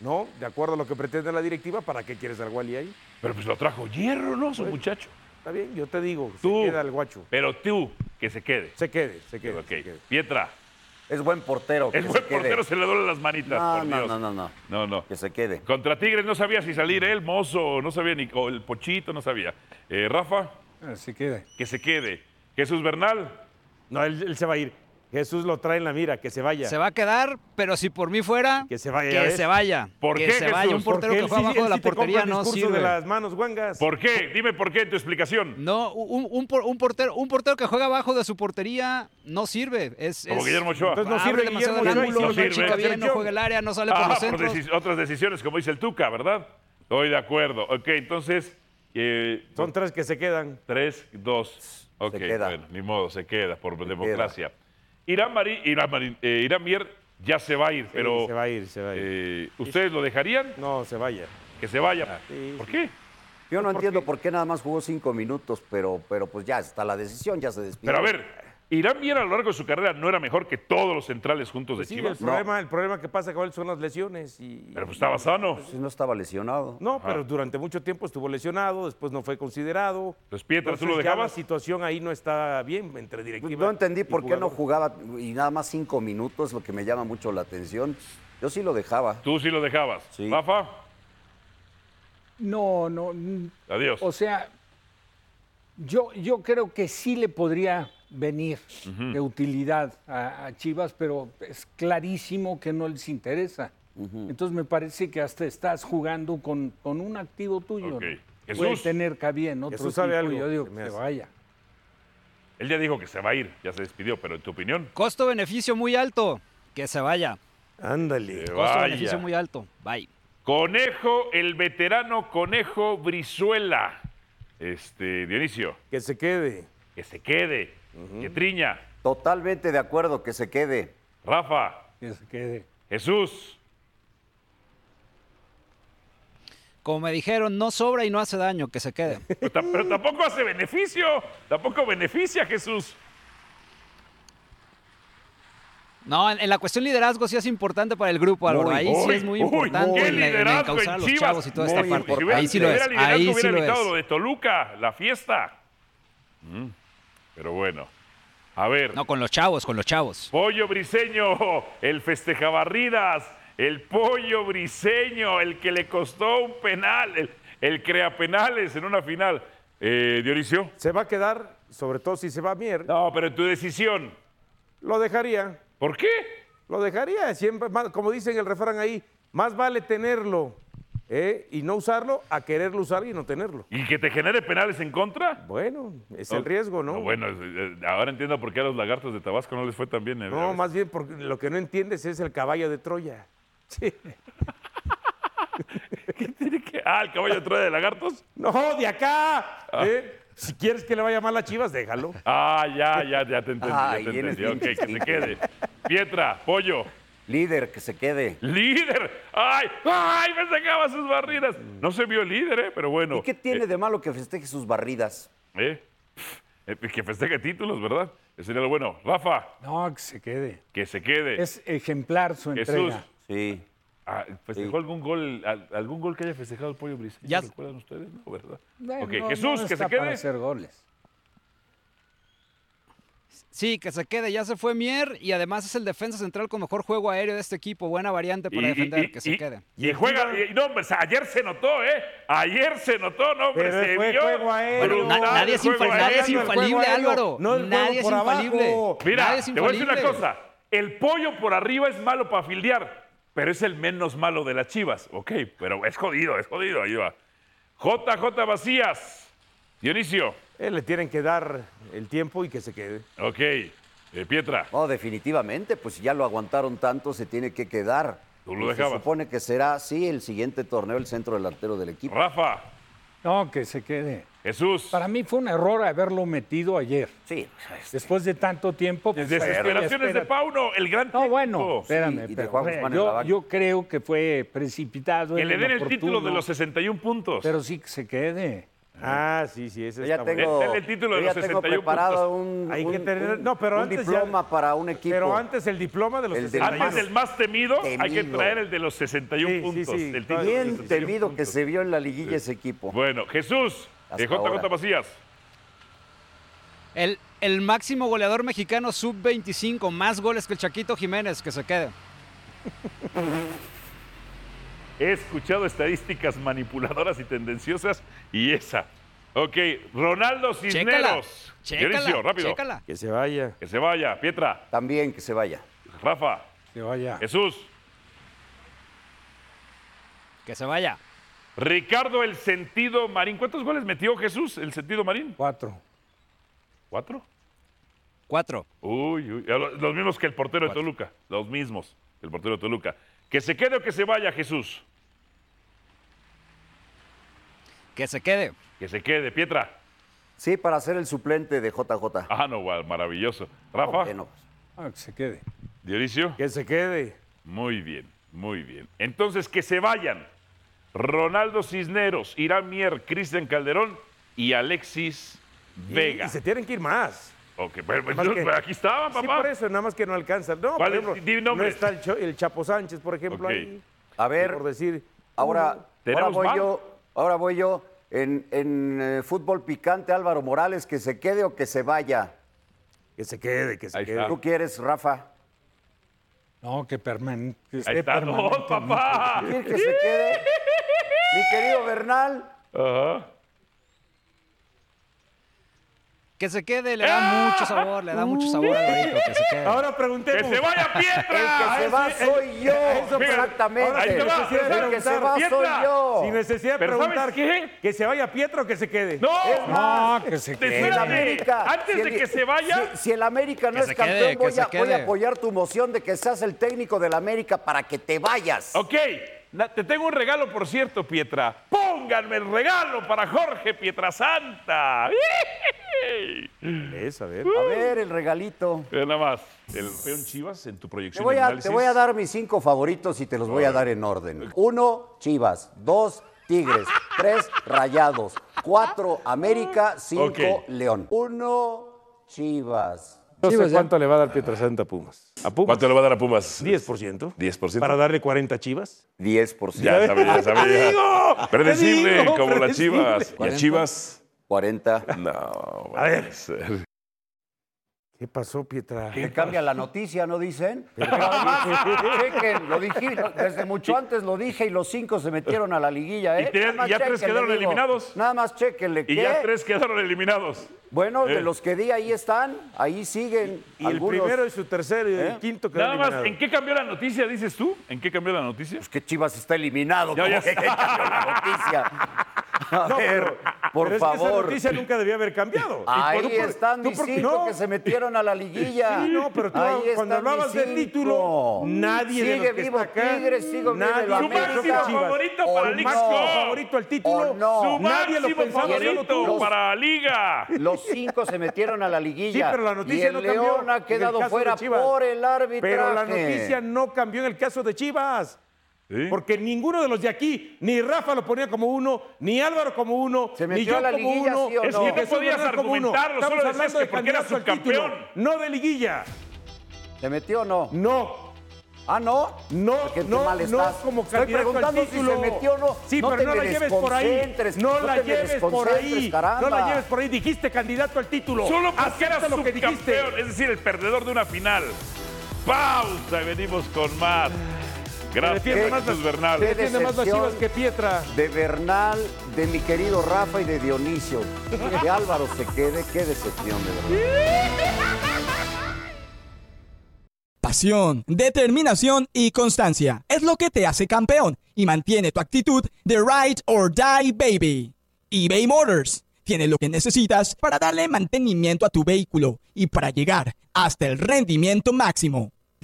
Speaker 4: ¿no? De acuerdo a lo que pretende la directiva, ¿para qué quieres al Wally ahí?
Speaker 3: Pero pues lo trajo hierro, ¿no? Su pues, muchacho.
Speaker 4: Está bien, yo te digo, tú, se queda el guacho.
Speaker 3: Pero tú, que se quede.
Speaker 4: Se quede, se quede.
Speaker 3: Okay. Se quede. Pietra.
Speaker 5: Es buen portero.
Speaker 3: Es buen se portero, quede. se le duelen las manitas.
Speaker 5: No,
Speaker 3: por Dios.
Speaker 5: no, no, no,
Speaker 3: no, no.
Speaker 5: Que se quede.
Speaker 3: Contra Tigres no sabía si salir él, mozo, no sabía ni. O el Pochito, no sabía. Eh, Rafa.
Speaker 10: Se quede.
Speaker 3: Que se quede. Jesús Bernal.
Speaker 4: No, él, él, se va a ir. Jesús lo trae en la mira, que se vaya.
Speaker 11: Se va a quedar, pero si por mí fuera,
Speaker 4: Que se vaya, ya
Speaker 11: que
Speaker 4: ves.
Speaker 11: se vaya.
Speaker 3: ¿Por
Speaker 11: que
Speaker 3: qué,
Speaker 11: se
Speaker 3: Jesús?
Speaker 11: vaya. Un portero
Speaker 4: Porque
Speaker 11: que
Speaker 4: él
Speaker 11: fue
Speaker 4: sí-
Speaker 11: abajo
Speaker 4: él
Speaker 11: de la
Speaker 4: sí te compra
Speaker 11: portería
Speaker 4: el
Speaker 11: no
Speaker 4: discurso
Speaker 11: sirve.
Speaker 4: de las manos guangas.
Speaker 3: ¿Por qué? Dime por qué en tu explicación.
Speaker 11: No, un, un por- un portero, un portero que juega abajo de su portería no sirve. Es,
Speaker 3: Como
Speaker 11: es-
Speaker 3: Guillermo Ochoa. Ah,
Speaker 4: Entonces no
Speaker 11: abre
Speaker 4: sirve
Speaker 11: demasiado
Speaker 4: Ah, Guillermo
Speaker 11: el
Speaker 4: Ochoa y
Speaker 11: ángulo,
Speaker 3: no
Speaker 11: no
Speaker 3: sirve.
Speaker 11: chica bien, no juega el área, no sale por
Speaker 3: Ah,
Speaker 11: los centros.
Speaker 3: deci- otras decisiones, como dice el Tuca, ¿verdad? Estoy de acuerdo. Ok, entonces. eh,
Speaker 4: Son tres que se quedan.
Speaker 3: Tres, dos. Ok,
Speaker 5: queda.
Speaker 3: bueno, ni modo, se queda por democracia. Irán Marín, Irán Marín, eh, Irán Mier ya se va a ir, pero
Speaker 4: Sí, se va a ir, se va a ir.
Speaker 3: eh, ¿ustedes lo dejarían?
Speaker 4: No, se vaya. Ah,
Speaker 3: Que se vaya.
Speaker 4: sí,
Speaker 3: ¿Por
Speaker 4: sí.
Speaker 3: qué?
Speaker 5: Yo no entiendo por qué nada más jugó cinco minutos, pero, pero pues ya está la decisión, ya se despidió.
Speaker 3: Pero a ver, Irán Mier a lo largo de su carrera no era mejor que todos los centrales juntos de
Speaker 4: Pues Sí, el
Speaker 3: Chivas.
Speaker 4: problema, el problema que pasa con él son las lesiones. Y...
Speaker 3: Pero pues estaba sano.
Speaker 5: Pues no estaba lesionado.
Speaker 4: No, pero durante mucho tiempo estuvo lesionado, después no fue considerado.
Speaker 3: Entonces, Pietra, ¿tú lo
Speaker 4: Entonces, ya
Speaker 3: dejabas?
Speaker 4: La situación ahí no está bien entre directiva.
Speaker 5: No entendí
Speaker 4: y
Speaker 5: por qué no
Speaker 4: jugador.
Speaker 5: jugaba y nada más cinco minutos, lo que me llama mucho la atención. Yo sí lo dejaba.
Speaker 3: Tú sí lo dejabas.
Speaker 5: Sí.
Speaker 3: Rafa,
Speaker 10: No, no. mm,
Speaker 3: adiós.
Speaker 10: O sea, yo, yo creo que sí le podría venir de utilidad a, a Chivas, pero es clarísimo que no les interesa. Entonces me parece que hasta estás jugando con, con un activo tuyo. ¿no?
Speaker 3: Ok.
Speaker 10: Puede
Speaker 3: Jesús.
Speaker 10: tener cabida en otro
Speaker 4: Jesús sabe
Speaker 10: equipo,
Speaker 4: algo,
Speaker 10: yo digo
Speaker 4: se
Speaker 10: que
Speaker 4: me
Speaker 10: se
Speaker 4: hace.
Speaker 10: vaya.
Speaker 3: Él ya dijo que se va a ir, ya se despidió, pero en tu opinión,
Speaker 11: Costo-beneficio muy alto, que se vaya.
Speaker 4: Ándale.
Speaker 3: se
Speaker 11: Costo-beneficio
Speaker 3: vaya.
Speaker 11: muy alto, bye.
Speaker 3: Conejo, el veterano Conejo Brizuela. Este, Dionisio,
Speaker 4: Que se quede.
Speaker 3: que se quede, que triña.
Speaker 5: Totalmente de acuerdo que se quede.
Speaker 3: Rafa,
Speaker 10: Que se quede.
Speaker 3: Jesús,
Speaker 11: Como me dijeron, no sobra y no hace daño, que se quede.
Speaker 3: pero ta- pero tampoco hace beneficio, tampoco beneficia a Jesús.
Speaker 11: No, en, en la cuestión liderazgo sí es importante para el grupo, Álvaro. ahí sí es muy
Speaker 3: uy,
Speaker 11: importante
Speaker 3: qué
Speaker 11: en, en
Speaker 3: liderazgo en
Speaker 11: encauzar a los
Speaker 3: Chivas.
Speaker 11: chavos y toda esta
Speaker 3: Muy
Speaker 11: parte.
Speaker 3: importante.
Speaker 11: Ahí sí lo
Speaker 3: Si
Speaker 11: es,
Speaker 3: hubiera liderazgo,
Speaker 11: ahí sí
Speaker 3: hubiera
Speaker 11: lo
Speaker 3: evitado lo
Speaker 11: es.
Speaker 3: de Toluca, la fiesta. Mm, Pero bueno, a ver.
Speaker 11: No, con los chavos, con los chavos.
Speaker 3: Pollo Briseño, el festejabarridas, el pollo Briseño, el que le costó un penal, el, el crea penales en una final. Eh, Dionisio.
Speaker 4: Se va a quedar, sobre todo si se va a Mier.
Speaker 3: No, pero tu decisión.
Speaker 4: Lo dejaría.
Speaker 3: ¿Por qué?
Speaker 4: Lo dejaría. Siempre, más- como dicen el refrán ahí, más vale tenerlo ¿eh? y no usarlo a quererlo usar y no tenerlo.
Speaker 3: ¿Y que te genere penales en contra?
Speaker 4: Bueno, es el riesgo, ¿no?
Speaker 3: bueno, eh, ahora entiendo por qué a los lagartos de Tabasco no les fue tan bien. eh,
Speaker 4: No, más bien porque lo que no entiendes es el caballo de Troya. Sí.
Speaker 3: ¿Qué? Ah, el caballo trae de lagartos.
Speaker 4: No, de acá. ¿eh? Si quieres que le vaya mal a Chivas, déjalo.
Speaker 3: Ah, ya, ya, ya te entendí.
Speaker 5: Ay,
Speaker 3: ya te
Speaker 5: eres
Speaker 3: entendí.
Speaker 5: bien
Speaker 3: Ok, que se
Speaker 5: chiquito.
Speaker 3: quede. Pietra, pollo.
Speaker 5: Líder, que se quede.
Speaker 3: ¡Líder! ¡Ay! ¡Ay! Me sacaba sus barridas. No se vio líder, ¿eh? Pero bueno.
Speaker 5: ¿Y qué tiene de malo que festeje sus barridas?
Speaker 3: ¿Eh? Eh, Que festeje títulos, ¿verdad? Ese sería lo bueno. Rafa,
Speaker 10: No, que se quede.
Speaker 3: que se quede.
Speaker 10: Es ejemplar su
Speaker 3: Jesús.
Speaker 10: entrega.
Speaker 5: Sí.
Speaker 3: Ah, ¿Festejó
Speaker 5: Sí.
Speaker 3: algún gol al- algún gol que haya festejado el pollo briseño?
Speaker 11: Ya-
Speaker 3: ¿Recuerdan ustedes? No, ¿verdad?
Speaker 10: Bueno,
Speaker 3: ok,
Speaker 10: no- no
Speaker 3: Jesús, que se
Speaker 10: está Para
Speaker 3: quede.
Speaker 10: hacer goles.
Speaker 11: Sí, que se quede. Ya se fue Mier y además es el defensa central con mejor juego aéreo de este equipo. Buena variante para defender, que se
Speaker 3: y-
Speaker 11: quede.
Speaker 3: y juega, y- no, hombre, ayer se notó, ¿eh? Ayer se notó, no, hombre,
Speaker 4: Pero
Speaker 3: se
Speaker 4: fue
Speaker 3: vio.
Speaker 4: juego aéreo.
Speaker 3: brutal
Speaker 11: Na- nadie es,
Speaker 3: el juego
Speaker 11: infal- nadie es
Speaker 3: aéreo.
Speaker 11: infalible,
Speaker 4: juego aéreo,
Speaker 11: Álvaro.
Speaker 4: no el juego
Speaker 11: nadie es
Speaker 4: por abajo.
Speaker 11: infalible.
Speaker 3: Mira,
Speaker 11: Nadie es
Speaker 3: te voy a decir una
Speaker 11: infalible.
Speaker 3: cosa. El pollo por arriba es malo para fildear, pero es el menos malo de las chivas. Ok, pero es jodido, es jodido. Ahí va. JJ Vacías. Dionisio.
Speaker 4: Eh, le tienen que dar el tiempo y que se quede.
Speaker 3: Ok. eh, Pietra.
Speaker 5: No, definitivamente, pues si ya lo aguantaron tanto, se tiene que quedar.
Speaker 3: Tú lo
Speaker 5: Y se
Speaker 3: dejabas.
Speaker 5: supone que será, sí, el siguiente torneo el centro delantero del equipo.
Speaker 3: Rafa.
Speaker 10: No, que se quede.
Speaker 3: Jesús.
Speaker 10: Para mí fue un error haberlo metido ayer.
Speaker 5: Sí,
Speaker 4: pues, este.
Speaker 10: Después de tanto tiempo. pues,
Speaker 3: Desesperaciones de
Speaker 10: espérate.
Speaker 3: Pauno, el gran
Speaker 10: No,
Speaker 3: técnico.
Speaker 10: bueno,
Speaker 5: Sí,
Speaker 10: espérame.
Speaker 5: y de
Speaker 10: pero,
Speaker 5: Juan
Speaker 10: hombre,
Speaker 5: Guzmán en la
Speaker 10: yo,
Speaker 5: banca.
Speaker 10: yo creo que fue precipitado.
Speaker 3: Que
Speaker 10: era
Speaker 3: le den el
Speaker 10: inoportuno,
Speaker 3: título de los 61 puntos.
Speaker 10: Pero sí que se quede.
Speaker 4: Ah, sí, sí, ese
Speaker 5: Yo ya
Speaker 4: está bueno.
Speaker 5: tengo,
Speaker 3: Denle el título de
Speaker 5: yo ya
Speaker 3: los
Speaker 5: tengo
Speaker 3: 61
Speaker 5: preparado un,
Speaker 4: Hay que
Speaker 5: un-
Speaker 4: tener-
Speaker 5: un-
Speaker 4: no, pero
Speaker 5: un
Speaker 4: antes ya-
Speaker 5: diploma para un equipo.
Speaker 4: Pero antes el diploma de los
Speaker 5: El del
Speaker 3: Antes
Speaker 4: 61.
Speaker 3: del más temido, hay que
Speaker 5: Temido.
Speaker 3: traer el de los 61
Speaker 4: Sí, sí,
Speaker 3: puntos.
Speaker 4: sí.
Speaker 3: el título de los
Speaker 5: Bien
Speaker 3: 61
Speaker 5: temido que
Speaker 3: puntos.
Speaker 5: se vio en la liguilla ese equipo.
Speaker 3: Bueno, Jesús.
Speaker 5: Hasta
Speaker 3: eh, JJ
Speaker 5: ahora.
Speaker 3: Vacías.
Speaker 11: El, el máximo goleador mexicano sub-25, más goles que el Chaquito Jiménez, que se quede.
Speaker 3: He escuchado estadísticas manipuladoras y tendenciosas y esa Ok, Ronaldo
Speaker 11: Chécala.
Speaker 3: Cisneros. Dionisio,
Speaker 11: Chécala.
Speaker 3: rápido.
Speaker 11: Chécala.
Speaker 4: Que se vaya.
Speaker 3: Que se vaya, Pietra,
Speaker 5: También que se vaya.
Speaker 3: Rafa,
Speaker 10: Que vaya.
Speaker 3: Jesús.
Speaker 11: Que se vaya.
Speaker 3: Ricardo el Sentido Marín. ¿Cuántos goles metió Jesús el Sentido Marín?
Speaker 10: Cuatro.
Speaker 3: ¿Cuatro?
Speaker 11: Cuatro.
Speaker 3: Uy, uy, a lo- los mismos que el portero de Toluca. Los mismos que el portero de Toluca. Que se quede o que se vaya Jesús.
Speaker 11: Que se quede.
Speaker 3: Que se quede, Pietra.
Speaker 5: Sí, para ser el suplente de JJ.
Speaker 3: Ah, no, guau, maravilloso. Rafa,
Speaker 5: Bueno,
Speaker 10: Ah, que se quede.
Speaker 3: Dionisio.
Speaker 4: Que se quede.
Speaker 3: Muy bien, muy bien. Entonces, que se vayan Ronaldo Cisneros, Irán Mier, Cristian Calderón y Alexis Vega.
Speaker 4: Y se tienen que ir más.
Speaker 3: Ok, bueno, pues,
Speaker 4: Más que-
Speaker 3: pues, aquí estaban,
Speaker 4: Sí, por
Speaker 3: papá.
Speaker 4: eso, nada más que no alcanzan. No, por
Speaker 3: ¿Cuál es?
Speaker 4: ejemplo,
Speaker 3: Di
Speaker 4: no
Speaker 3: nombres.
Speaker 4: está el, Cho- el Chapo Sánchez, por ejemplo,
Speaker 3: Ok. uh,
Speaker 4: ahí.
Speaker 5: a ver,
Speaker 4: Por decir.
Speaker 5: ahora, ahora
Speaker 3: Tenemos
Speaker 5: voy
Speaker 3: mal.
Speaker 5: yo. Ahora voy yo. En, en, eh, fútbol picante, Álvaro Morales, que se quede o que se vaya.
Speaker 4: Que se quede, que se
Speaker 3: Ahí
Speaker 4: quede.
Speaker 3: está.
Speaker 5: ¿Tú quieres, Rafa?
Speaker 10: No, que, perman- que
Speaker 3: Ahí
Speaker 10: esté
Speaker 3: está, no,
Speaker 10: permanente.
Speaker 3: papá.
Speaker 5: ¿Quieres que se quede? Mi querido Bernal.
Speaker 3: Ajá.
Speaker 11: Que se quede le
Speaker 3: ¡Ah!
Speaker 11: da mucho sabor, le da mucho sabor al burrito, que se quede.
Speaker 4: Ahora
Speaker 3: ¡Que
Speaker 4: preguntemos.
Speaker 3: se vaya
Speaker 5: El que
Speaker 3: Pietra!
Speaker 5: se va soy yo.
Speaker 3: mira,
Speaker 5: Exactamente.
Speaker 3: ahora sí te va,
Speaker 5: El que se va
Speaker 3: Pietra.
Speaker 5: soy yo.
Speaker 4: Sin necesidad de
Speaker 3: Pero
Speaker 4: preguntar
Speaker 3: ¿sabes qué?
Speaker 4: que se vaya Pietro o que se quede.
Speaker 5: Es
Speaker 3: ¡No!
Speaker 5: más,
Speaker 10: No, que se
Speaker 3: Te
Speaker 5: si
Speaker 10: quede.
Speaker 5: el
Speaker 3: suena
Speaker 5: América.
Speaker 3: Antes
Speaker 5: si
Speaker 3: de
Speaker 5: el-
Speaker 3: que se vaya.
Speaker 5: Si, si el América no
Speaker 11: Que
Speaker 5: es
Speaker 11: se
Speaker 5: campeón,
Speaker 11: quede, que
Speaker 5: voy,
Speaker 11: se
Speaker 5: a, voy a
Speaker 11: quede.
Speaker 5: apoyar tu moción de que seas el técnico de la América para que te vayas.
Speaker 3: Ok, na- te tengo un regalo, por cierto, Pietra. Pónganme el regalo para Jorge Pietrasanta.
Speaker 4: Es, a ver.
Speaker 5: A ver, el regalito.
Speaker 3: Ve Uh. nada más. El Peón Chivas en tu proyección.
Speaker 5: Te voy,
Speaker 3: en
Speaker 5: a,
Speaker 3: análisis.
Speaker 5: te voy a dar mis cinco favoritos y te los voy a dar en orden. Uno, Chivas. Dos, Tigres. Tres, Rayados. Cuatro, América. Cinco,
Speaker 3: Ok.
Speaker 5: León. Uno, Chivas.
Speaker 4: No sé cuánto le va a dar Pietrasanta a Pumas. ¿A Pumas?
Speaker 3: ¿Cuánto le va a dar a Pumas?
Speaker 4: 10%.
Speaker 3: 10%.
Speaker 4: Para darle 40 a Chivas.
Speaker 5: Diez por ciento.
Speaker 3: Pues Ya sabía, ya sabía.
Speaker 4: digo! ¡Te
Speaker 3: Predecible,
Speaker 4: digo,
Speaker 3: como las
Speaker 4: predecible!
Speaker 3: Chivas. ¿Y a Chivas?
Speaker 5: Cuarenta.
Speaker 3: No.
Speaker 4: A ver.
Speaker 3: ser.
Speaker 4: ¿Qué pasó, Pietra?
Speaker 5: Te cambia la noticia, ¿no dicen? Chequen, lo dije, lo- desde mucho antes lo dije y los cinco se metieron a la liguilla, ¿eh?
Speaker 3: Y tres-
Speaker 5: Nada más
Speaker 3: ya tres
Speaker 5: chéquenle,
Speaker 3: quedaron eliminados.
Speaker 5: Nada más chequenle.
Speaker 3: Y ya tres quedaron eliminados.
Speaker 5: Bueno,
Speaker 3: Eh.
Speaker 5: de los que di ahí están, ahí siguen
Speaker 4: Y
Speaker 5: algunos. ¿Eh?
Speaker 4: el primero y su tercero y el quinto quedó
Speaker 3: ¿eh? Nada más,
Speaker 4: eliminado.
Speaker 3: ¿en qué cambió la noticia, dices tú? ¿En qué cambió la noticia?
Speaker 5: que Chivas está eliminado,
Speaker 3: Ya,
Speaker 5: como
Speaker 3: ya.
Speaker 5: que cambió la noticia. A ver, Ah, por
Speaker 4: Pero es que esa
Speaker 5: favor.
Speaker 4: noticia nunca debió haber cambiado.
Speaker 5: Ahí
Speaker 4: Y por- tú-
Speaker 5: están
Speaker 4: tú
Speaker 5: mis
Speaker 4: porque-
Speaker 5: cinco
Speaker 4: no.
Speaker 5: que se metieron a la liguilla.
Speaker 4: Sí, no, pero tú
Speaker 5: Ahí están
Speaker 4: cuando hablabas
Speaker 5: mis
Speaker 4: del
Speaker 5: cinco.
Speaker 4: título, nadie de
Speaker 5: Sigue
Speaker 4: los que
Speaker 5: vivo
Speaker 4: está acá,
Speaker 5: Tigres, sigo
Speaker 4: nadie
Speaker 5: vivo el
Speaker 3: Su
Speaker 5: América.
Speaker 3: máximo favorito
Speaker 5: ¿O
Speaker 3: para
Speaker 5: no?
Speaker 3: el League's
Speaker 4: máximo
Speaker 3: Cup.
Speaker 4: favorito al título.
Speaker 5: O no.
Speaker 3: Su
Speaker 4: Nadie lo
Speaker 3: máximo
Speaker 4: pensaba, solo
Speaker 3: favorito
Speaker 4: tú.
Speaker 3: para Liga.
Speaker 5: Los cinco se metieron a la liguilla.
Speaker 4: Sí, pero la noticia
Speaker 5: y el
Speaker 4: no cambió
Speaker 5: León
Speaker 4: en
Speaker 5: ha
Speaker 4: el
Speaker 5: quedado
Speaker 4: caso de
Speaker 5: fuera
Speaker 4: Chivas.
Speaker 5: por el árbitro.
Speaker 4: Pero la noticia no cambió en el caso de Chivas.
Speaker 3: ¿Sí?
Speaker 4: Porque ninguno de los de aquí, ni Rafa lo ponía como uno, ni Álvaro como uno,
Speaker 5: ¿Se
Speaker 4: ni
Speaker 5: metió
Speaker 4: yo
Speaker 5: a la
Speaker 4: como
Speaker 5: liguilla,
Speaker 4: uno.
Speaker 5: sí o
Speaker 4: Es
Speaker 5: no?
Speaker 4: que
Speaker 5: No
Speaker 4: Jesús
Speaker 3: podías
Speaker 4: Bernal como uno.
Speaker 3: argumentarlo,
Speaker 4: Estamos
Speaker 3: solo decías
Speaker 4: hablando
Speaker 3: que
Speaker 4: de
Speaker 3: porque era
Speaker 4: candidato al título,
Speaker 3: subcampeón.
Speaker 4: No de liguilla.
Speaker 5: ¿Se metió o no?
Speaker 4: No.
Speaker 5: Ah, no.
Speaker 4: No,
Speaker 5: Qué
Speaker 4: no,
Speaker 5: mal
Speaker 4: no,
Speaker 5: estás.
Speaker 4: como
Speaker 5: Estoy
Speaker 4: candidato al
Speaker 5: preguntando
Speaker 4: título.
Speaker 5: si se metió o no.
Speaker 4: Sí,
Speaker 5: no
Speaker 4: pero
Speaker 5: te
Speaker 4: no
Speaker 5: me
Speaker 4: la lleves por ahí.
Speaker 5: desconcentres,
Speaker 4: No
Speaker 5: no
Speaker 4: la
Speaker 5: te me
Speaker 4: lleves por ahí.
Speaker 5: desconcentres, caramba.
Speaker 4: No la lleves por ahí. Dijiste candidato al título.
Speaker 3: Solo porque
Speaker 4: Acepta
Speaker 3: era
Speaker 4: lo que dijiste.
Speaker 3: subcampeón, es decir, el perdedor de una final. Pausa y venimos con más. Gracias,
Speaker 4: defiende más
Speaker 3: Jesús
Speaker 4: las-
Speaker 3: Bernal.
Speaker 5: qué
Speaker 4: Defiende más las
Speaker 5: decepción.
Speaker 4: Chivas que Pietra.
Speaker 5: De Bernal, de mi querido Rafa y de Dionisio. Que Álvaro se quede, qué decepción, de verdad.
Speaker 12: Pasión, determinación y constancia es lo que te hace campeón y mantiene tu actitud de ride or die baby. eBay Motors tiene lo que necesitas para darle mantenimiento a tu vehículo y para llegar hasta el rendimiento máximo.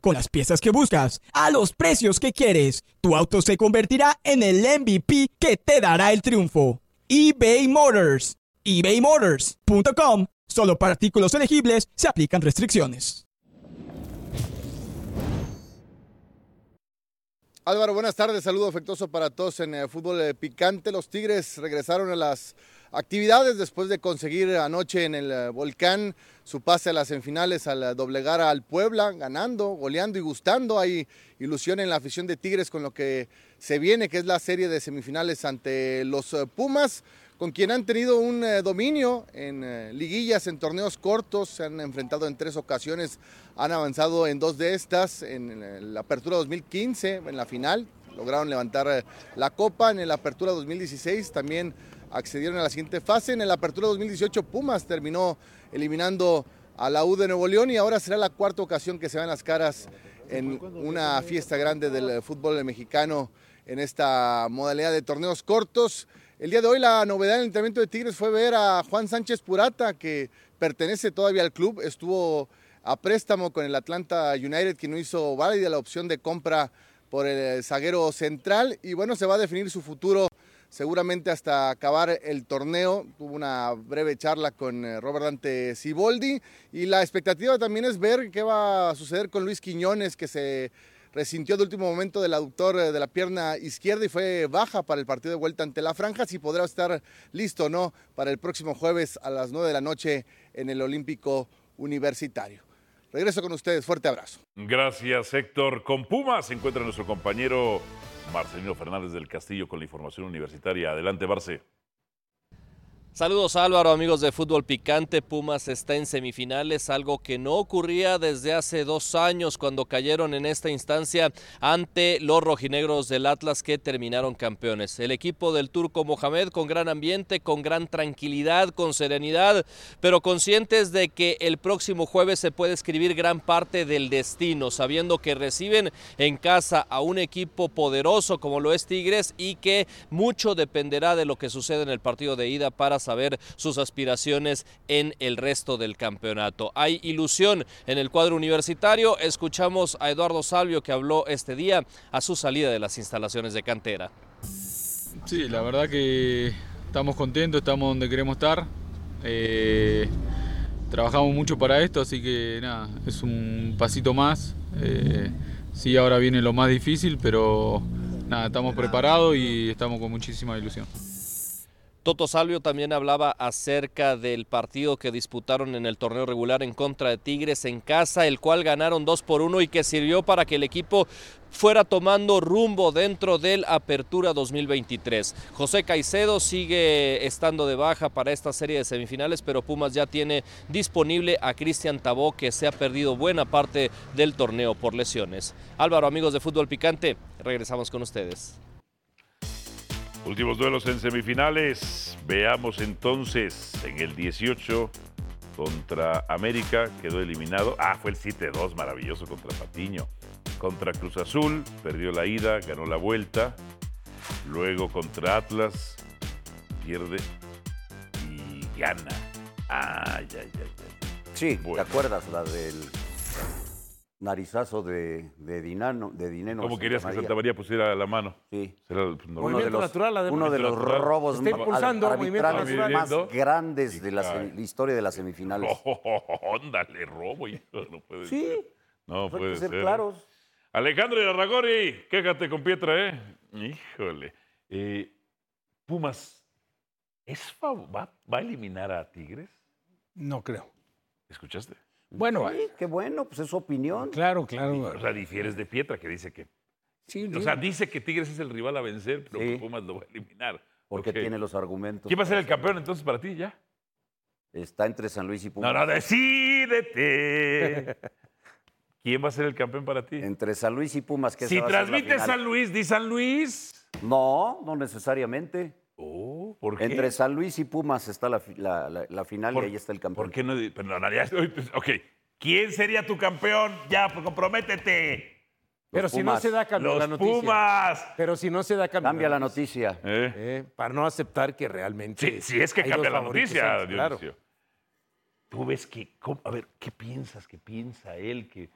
Speaker 12: Con las piezas que buscas, a los precios que quieres, tu auto se convertirá en el MVP que te dará el triunfo. eBay Motors. ebaymotors.com. Solo para artículos elegibles se aplican restricciones.
Speaker 1: Álvaro, buenas tardes. Saludo afectuoso para todos en eh, Fútbol eh, Picante. Los Tigres regresaron a las actividades después de conseguir anoche en el eh, Volcán su pase a las semifinales al eh, doblegar al Puebla, ganando, goleando y gustando. Hay ilusión en la afición de Tigres con lo que se viene, que es la serie de semifinales ante los eh, Pumas con quien han tenido un eh, dominio en eh, liguillas, en torneos cortos, se han enfrentado en tres ocasiones, han avanzado en dos de estas, en eh, la apertura 2015, en la final, lograron levantar eh, la copa, en la apertura 2016 también accedieron a la siguiente fase, en la apertura 2018 Pumas terminó eliminando a la U de Nuevo León y ahora será la cuarta ocasión que se van las caras en una fiesta grande del eh, fútbol mexicano en esta modalidad de torneos cortos. El día de hoy la novedad en el entrenamiento de Tigres fue ver a Juan Sánchez Purata, que pertenece todavía al club, estuvo a préstamo con el Atlanta United, que no hizo válida la opción de compra por el zaguero central y bueno, se va a definir su futuro seguramente hasta acabar el torneo. Tuvo una breve charla con eh, Robert Dante Ciboldi y la expectativa también es ver qué va a suceder con Luis Quiñones, que se resintió de último momento del aductor eh, de la pierna izquierda y fue baja para el partido de vuelta ante la franja, si podrá estar listo o no para el próximo jueves a las 9 de la noche en el Olímpico Universitario. Regreso con ustedes, fuerte abrazo.
Speaker 3: Gracias, Héctor. Con Pumas se encuentra nuestro compañero Marcelino Fernández del Castillo con la información universitaria. Adelante, Barce.
Speaker 13: Saludos Álvaro, amigos de Fútbol Picante. Pumas está en semifinales, algo que no ocurría desde hace dos años cuando cayeron en esta instancia ante los rojinegros del Atlas que terminaron campeones. El equipo del turco Mohamed con gran ambiente, con gran tranquilidad, con serenidad, pero conscientes de que el próximo jueves se puede escribir gran parte del destino, sabiendo que reciben en casa a un equipo poderoso como lo es Tigres y que mucho dependerá de lo que sucede en el partido de ida para saber sus aspiraciones en el resto del campeonato. Hay ilusión en el cuadro universitario. Escuchamos a Eduardo Salvio que habló este día a su salida de las instalaciones de cantera.
Speaker 14: Sí, la verdad que estamos contentos, estamos donde queremos estar. Eh, trabajamos mucho para esto, así que nada, es un pasito más. Eh, sí, ahora viene lo más difícil, pero nada, estamos preparados y estamos con muchísima ilusión.
Speaker 13: Toto Salvio también hablaba acerca del partido que disputaron en el torneo regular en contra de Tigres en casa, el cual ganaron 2 por 1 y que sirvió para que el equipo fuera tomando rumbo dentro del Apertura 2023. José Caicedo sigue estando de baja para esta serie de semifinales, pero Pumas ya tiene disponible a Cristian Tabó, que se ha perdido buena parte del torneo por lesiones. Álvaro, amigos de Fútbol Picante, regresamos con ustedes.
Speaker 3: Últimos duelos en semifinales. Veamos entonces en el 18 contra América, quedó eliminado. Ah, fue el 7-2, maravilloso contra Patiño. Contra Cruz Azul, perdió la ida, ganó la vuelta. Luego contra Atlas, pierde y gana. Ay, ay, ay, ay.
Speaker 5: Sí, ¿te acuerdas la del narizazo de, de, Dinano, de Dineno?
Speaker 3: ¿Cómo
Speaker 5: Santa
Speaker 3: querías que
Speaker 5: María?
Speaker 3: Santa María pusiera la mano?
Speaker 5: Sí.
Speaker 3: Será el pues,
Speaker 5: Uno de
Speaker 3: normal.
Speaker 5: los, uno de los
Speaker 3: Movimiento
Speaker 5: robos ar-
Speaker 3: natural.
Speaker 5: arbitrales más grandes de la, sem-
Speaker 3: cae.
Speaker 5: la historia de las semifinales.
Speaker 3: Ándale, robo, hijo, no puede
Speaker 5: Sí.
Speaker 3: ser. No
Speaker 5: Hay que
Speaker 3: puede
Speaker 5: ser
Speaker 3: ser.
Speaker 5: claros.
Speaker 3: Alejandro Irarragori, quéjate con Pietra, ¿eh? Híjole. Eh, Pumas, ¿es fav- va, va a eliminar a Tigres?
Speaker 10: No creo.
Speaker 3: ¿Escuchaste?
Speaker 10: Bueno,
Speaker 5: Sí, qué bueno, pues es su opinión.
Speaker 10: claro, claro.
Speaker 3: O sea, difieres de Pietra, que dice que...
Speaker 10: Sí,
Speaker 3: O sea, dice que Tigres es el rival a vencer, pero
Speaker 5: Sí.
Speaker 3: que Pumas lo va a eliminar.
Speaker 5: Porque
Speaker 3: Ok.
Speaker 5: tiene los argumentos.
Speaker 3: ¿Quién va a ser el campeón entonces para ti ya?
Speaker 5: Está entre San Luis y
Speaker 3: No,
Speaker 5: Pumas.
Speaker 3: no, decídete. ¿Quién va a ser el campeón para ti?
Speaker 5: Entre San Luis y Pumas. Que
Speaker 3: Si transmite San Luis, di San Luis.
Speaker 5: No, no necesariamente.
Speaker 3: Oh, ¿por qué?
Speaker 5: Entre San Luis y Pumas está la, fi- la- la- la final
Speaker 3: Por-
Speaker 5: y ahí está el campeón.
Speaker 3: ¿Por qué no? di- Perdón, ya estoy- pues, Ok. ¿Quién sería tu campeón? Ya, pues comprométete.
Speaker 4: Pero si no
Speaker 5: Pumas.
Speaker 4: se da cambio
Speaker 3: Los
Speaker 4: la noticia.
Speaker 3: Pumas.
Speaker 4: Pero si no se da cambio.
Speaker 5: Cambia la noticia.
Speaker 3: ¿Eh?
Speaker 4: Eh, para no aceptar que realmente.
Speaker 3: Sí, sí, es que
Speaker 4: hay
Speaker 3: cambia
Speaker 4: dos
Speaker 3: la
Speaker 4: favoritos
Speaker 3: noticia,
Speaker 4: antes,
Speaker 3: Dionisio.
Speaker 4: claro.
Speaker 3: Tú ves que. cómo- A ver, ¿qué piensas? ¿Qué piensa él? Que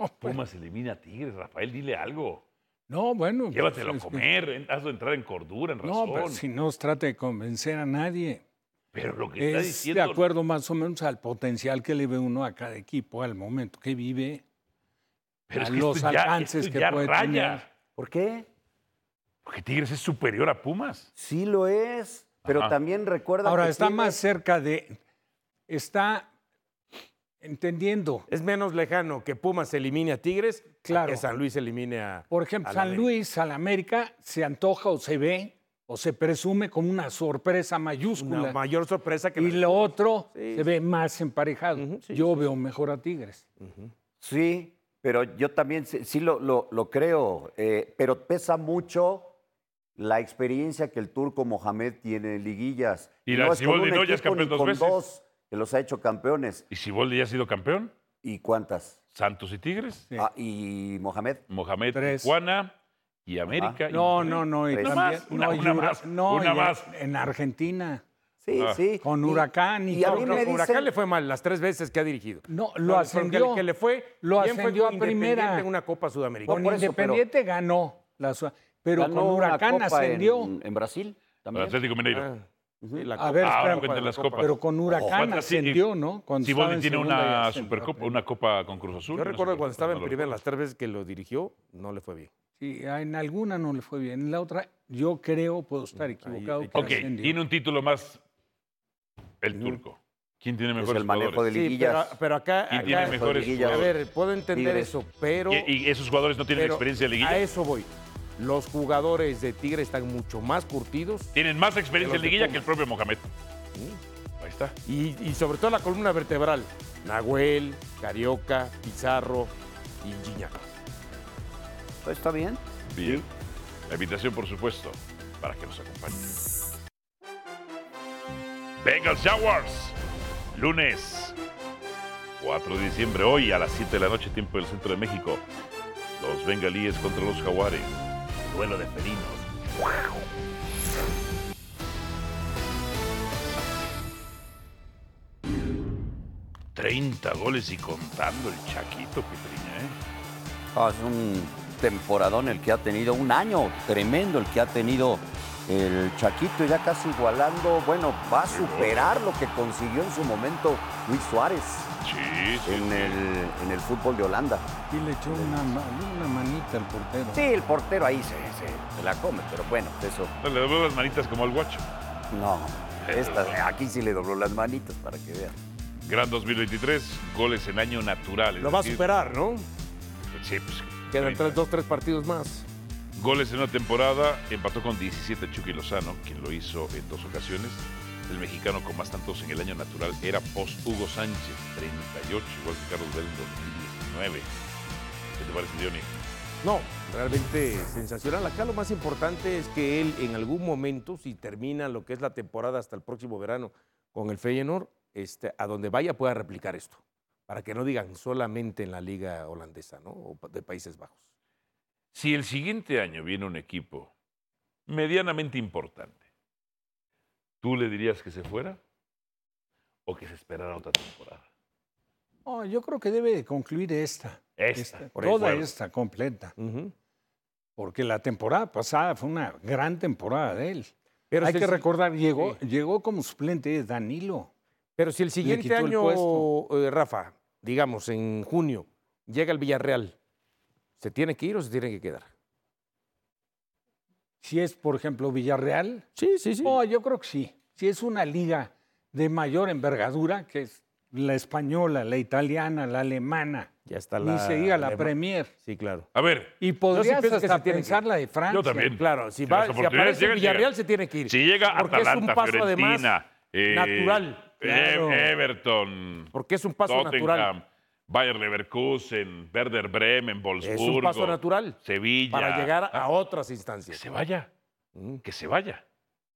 Speaker 4: Oh, pues.
Speaker 3: Pumas elimina a Tigres. Rafael, dile algo.
Speaker 10: No, bueno.
Speaker 3: Llévatelo a
Speaker 10: pues,
Speaker 3: comer, en- hazlo entrar en cordura, en
Speaker 10: No,
Speaker 3: razón.
Speaker 10: pero si no se trata de convencer a nadie.
Speaker 3: Pero lo que está
Speaker 10: Es
Speaker 3: diciendo.
Speaker 10: de acuerdo más o menos al potencial que le ve uno a cada equipo, al momento que vive,
Speaker 3: Pero
Speaker 10: a
Speaker 3: es que
Speaker 10: los
Speaker 3: esto ya-
Speaker 10: alcances
Speaker 3: esto
Speaker 10: que
Speaker 3: ya
Speaker 10: puede
Speaker 3: raya.
Speaker 10: tener.
Speaker 5: ¿Por qué?
Speaker 9: Porque Tigres es superior a Pumas.
Speaker 5: Sí lo es, pero
Speaker 10: Ajá.
Speaker 5: también recuerda
Speaker 10: Ahora
Speaker 5: que
Speaker 10: está
Speaker 5: Tigres-
Speaker 10: más cerca de. Está entendiendo.
Speaker 4: Es menos lejano que Pumas elimine a Tigres
Speaker 10: Claro.
Speaker 4: que San Luis elimine a.
Speaker 10: Por ejemplo,
Speaker 4: a la
Speaker 10: San
Speaker 4: América.
Speaker 10: Luis al América se antoja o se ve o se presume como una sorpresa mayúscula.
Speaker 4: Una mayor sorpresa que.
Speaker 10: y
Speaker 4: la-
Speaker 10: lo otro
Speaker 4: Sí.
Speaker 10: se ve más emparejado. Yo veo mejor a Tigres.
Speaker 5: Sí, pero yo también sí, sí lo, lo- lo creo, eh, pero pesa mucho la experiencia que el turco Mohamed tiene en liguillas.
Speaker 3: Y la
Speaker 5: es con un
Speaker 3: Siboldi no, ya es
Speaker 5: equipo
Speaker 3: campeón
Speaker 5: ni
Speaker 3: dos
Speaker 5: con
Speaker 3: veces.
Speaker 5: dos que los ha hecho campeones.
Speaker 3: ¿Y Siboldi ya ha sido campeón?
Speaker 5: ¿Y cuántas?
Speaker 3: Santos y Tigres.
Speaker 5: Ah, y Mohamed.
Speaker 3: Mohamed, Tijuana y América. y-
Speaker 10: No, no, no. y
Speaker 3: Una
Speaker 10: también-
Speaker 3: más, una,
Speaker 10: no, y
Speaker 3: una
Speaker 10: Hura-
Speaker 3: más.
Speaker 10: no,
Speaker 3: una
Speaker 10: y
Speaker 3: más.
Speaker 10: En Argentina.
Speaker 5: Sí,
Speaker 3: Ah.
Speaker 5: sí.
Speaker 10: Con
Speaker 5: Y-
Speaker 10: Huracán y,
Speaker 5: y a
Speaker 10: todo.
Speaker 5: mí
Speaker 4: No,
Speaker 5: me
Speaker 4: Huracán
Speaker 5: dicen-
Speaker 4: le fue mal las tres veces que ha dirigido.
Speaker 10: No,
Speaker 4: le
Speaker 10: lo
Speaker 4: fue-
Speaker 10: ascendió.
Speaker 4: Que le fue.
Speaker 10: Lo
Speaker 4: bien fue
Speaker 10: ascendió
Speaker 4: con
Speaker 10: a primera.
Speaker 4: Independiente en una Copa Sudamericana.
Speaker 10: Con Independiente ganó. La, Sua- pero
Speaker 5: ganó
Speaker 10: con
Speaker 5: una
Speaker 10: Huracán
Speaker 5: copa
Speaker 10: ascendió.
Speaker 5: En, en Brasil
Speaker 3: Para
Speaker 5: también.
Speaker 3: Atlético Mineiro.
Speaker 10: Ah, A ver,
Speaker 3: Ah,
Speaker 10: espera,
Speaker 3: no cuentan las copas.
Speaker 10: pero con Huracán
Speaker 3: Ojalá sí, y
Speaker 10: ascendió, ¿no? Cuando estaba
Speaker 3: Siboldi
Speaker 10: en
Speaker 3: tiene
Speaker 10: segunda y
Speaker 3: una
Speaker 10: ascendió.
Speaker 3: supercopa, una copa con Cruz Azul.
Speaker 4: Yo
Speaker 3: una
Speaker 4: recuerdo cuando estaba en
Speaker 3: supercopa, no
Speaker 4: primera, las tres veces que lo dirigió, no le fue bien.
Speaker 10: Sí, en alguna no le fue bien. En la otra, yo creo, puedo estar equivocado. que
Speaker 3: Ok,
Speaker 10: ascendió.
Speaker 3: tiene un título más el turco. ¿Quién tiene mejores
Speaker 5: el manejo
Speaker 3: jugadores?
Speaker 5: de
Speaker 4: Sí, pero, pero acá,
Speaker 3: ¿Quién
Speaker 4: acá-
Speaker 3: tiene mejores
Speaker 4: a
Speaker 3: jugadores?
Speaker 4: ver, puedo entender
Speaker 3: Tigres.
Speaker 4: eso, pero
Speaker 3: Y, y esos jugadores no tienen
Speaker 4: pero
Speaker 3: experiencia
Speaker 4: a
Speaker 3: de liguilla.
Speaker 4: eso voy. Los jugadores de Tigre están mucho más curtidos
Speaker 3: Tienen más experiencia
Speaker 4: Pero
Speaker 3: en
Speaker 4: los de
Speaker 3: liguilla
Speaker 4: Pumas.
Speaker 3: que el propio Mohamed. Ahí está.
Speaker 4: y, y sobre todo la columna vertebral. Nahuel, Carioca, Pizarro y Gignac.
Speaker 5: Pues Está bien.
Speaker 3: Bien. La invitación, por supuesto, para que nos acompañe. Bengals Jaguars, lunes 4 de diciembre, hoy a las 7 de la noche, tiempo del centro de México. Los bengalíes contra los jaguares. Duelo de felinos. ¡30 goles y contando el Chaquito, Petriña, ¿eh?
Speaker 5: Ah, es un temporadón el que ha tenido, un año tremendo el que ha tenido el Chaquito, ya casi igualando, bueno, va a superar lo que consiguió en su momento Luis Suárez en, el, en el fútbol de Holanda.
Speaker 10: Y le echó una, ma- una manita al portero.
Speaker 5: Sí, el portero ahí se, se- se la come, pero bueno, eso
Speaker 3: No, Le dobló las manitas como al guacho.
Speaker 5: no. Esta- aquí sí le dobló las manitas para que vean.
Speaker 3: Gran 2023, goles en año natural. es
Speaker 4: Lo va a
Speaker 3: decir,
Speaker 4: superar, ¿no?
Speaker 3: Sí, pues,
Speaker 4: Quedan
Speaker 3: 30.
Speaker 4: tres, dos, tres partidos más.
Speaker 3: Goles en una temporada, empató con 17 Chucky Lozano, quien lo hizo en dos ocasiones. El mexicano con más tantos en el año natural era post Hugo Sánchez, 38, igual que Carlos Vela en 2019. ¿Qué te parece, Johnny?
Speaker 4: No, realmente sensacional. Acá lo más importante es que él en algún momento, si termina lo que es la temporada hasta el próximo verano con el Feyenoord, este, a donde vaya pueda replicar esto. Para que no digan solamente en la liga holandesa, ¿no? O pa- de Países Bajos.
Speaker 3: Si el siguiente año viene un equipo medianamente importante, ¿tú le dirías que se fuera o que se esperara otra temporada?
Speaker 10: No, Oh, yo creo que debe de concluir esta.
Speaker 3: Esta, por ahí
Speaker 10: toda
Speaker 3: juego.
Speaker 10: esta completa. Porque la temporada pasada fue una gran temporada de él.
Speaker 4: Pero
Speaker 10: Hay
Speaker 4: si
Speaker 10: que
Speaker 4: el-
Speaker 10: recordar, llegó, llegó como suplente de Danilo.
Speaker 4: Pero si el siguiente
Speaker 10: quitó el
Speaker 4: año,
Speaker 10: puesto.
Speaker 4: eh, Rafa, digamos en junio, llega el Villarreal, ¿se tiene que ir o se tiene que quedar?
Speaker 10: Si es, por ejemplo, Villarreal.
Speaker 4: Sí, sí, sí.
Speaker 10: No, yo creo que sí. Si es una liga de mayor envergadura, que es la española, la italiana, la alemana.
Speaker 4: Ya está
Speaker 10: Ni
Speaker 4: la
Speaker 10: se diga la
Speaker 4: alema-
Speaker 10: Premier.
Speaker 4: Sí, claro.
Speaker 3: A ver,
Speaker 10: Y
Speaker 4: Yo sí
Speaker 10: podrías
Speaker 4: pienso que se
Speaker 10: hasta
Speaker 4: tiene que
Speaker 10: pensar
Speaker 4: ir.
Speaker 10: la de Francia.
Speaker 3: Yo también.
Speaker 4: Claro, si,
Speaker 3: Si
Speaker 4: va,
Speaker 3: las
Speaker 4: si
Speaker 3: oportunidades
Speaker 4: aparece el
Speaker 3: llegan,
Speaker 4: Villarreal
Speaker 3: llegan.
Speaker 4: se tiene que ir.
Speaker 3: Si llega
Speaker 4: porque es un
Speaker 3: Atalanta,
Speaker 4: paso además
Speaker 3: Fiorentina, eh,
Speaker 4: natural.
Speaker 3: eh, Everton,
Speaker 4: Porque es un paso natural.
Speaker 3: Tottenham, Bayern Leverkusen, Werder Bremen,
Speaker 4: Es
Speaker 3: Wolfsburgo.
Speaker 4: un paso natural
Speaker 3: Sevilla.
Speaker 4: para llegar a otras instancias.
Speaker 3: Ah, Que se vaya, que se vaya.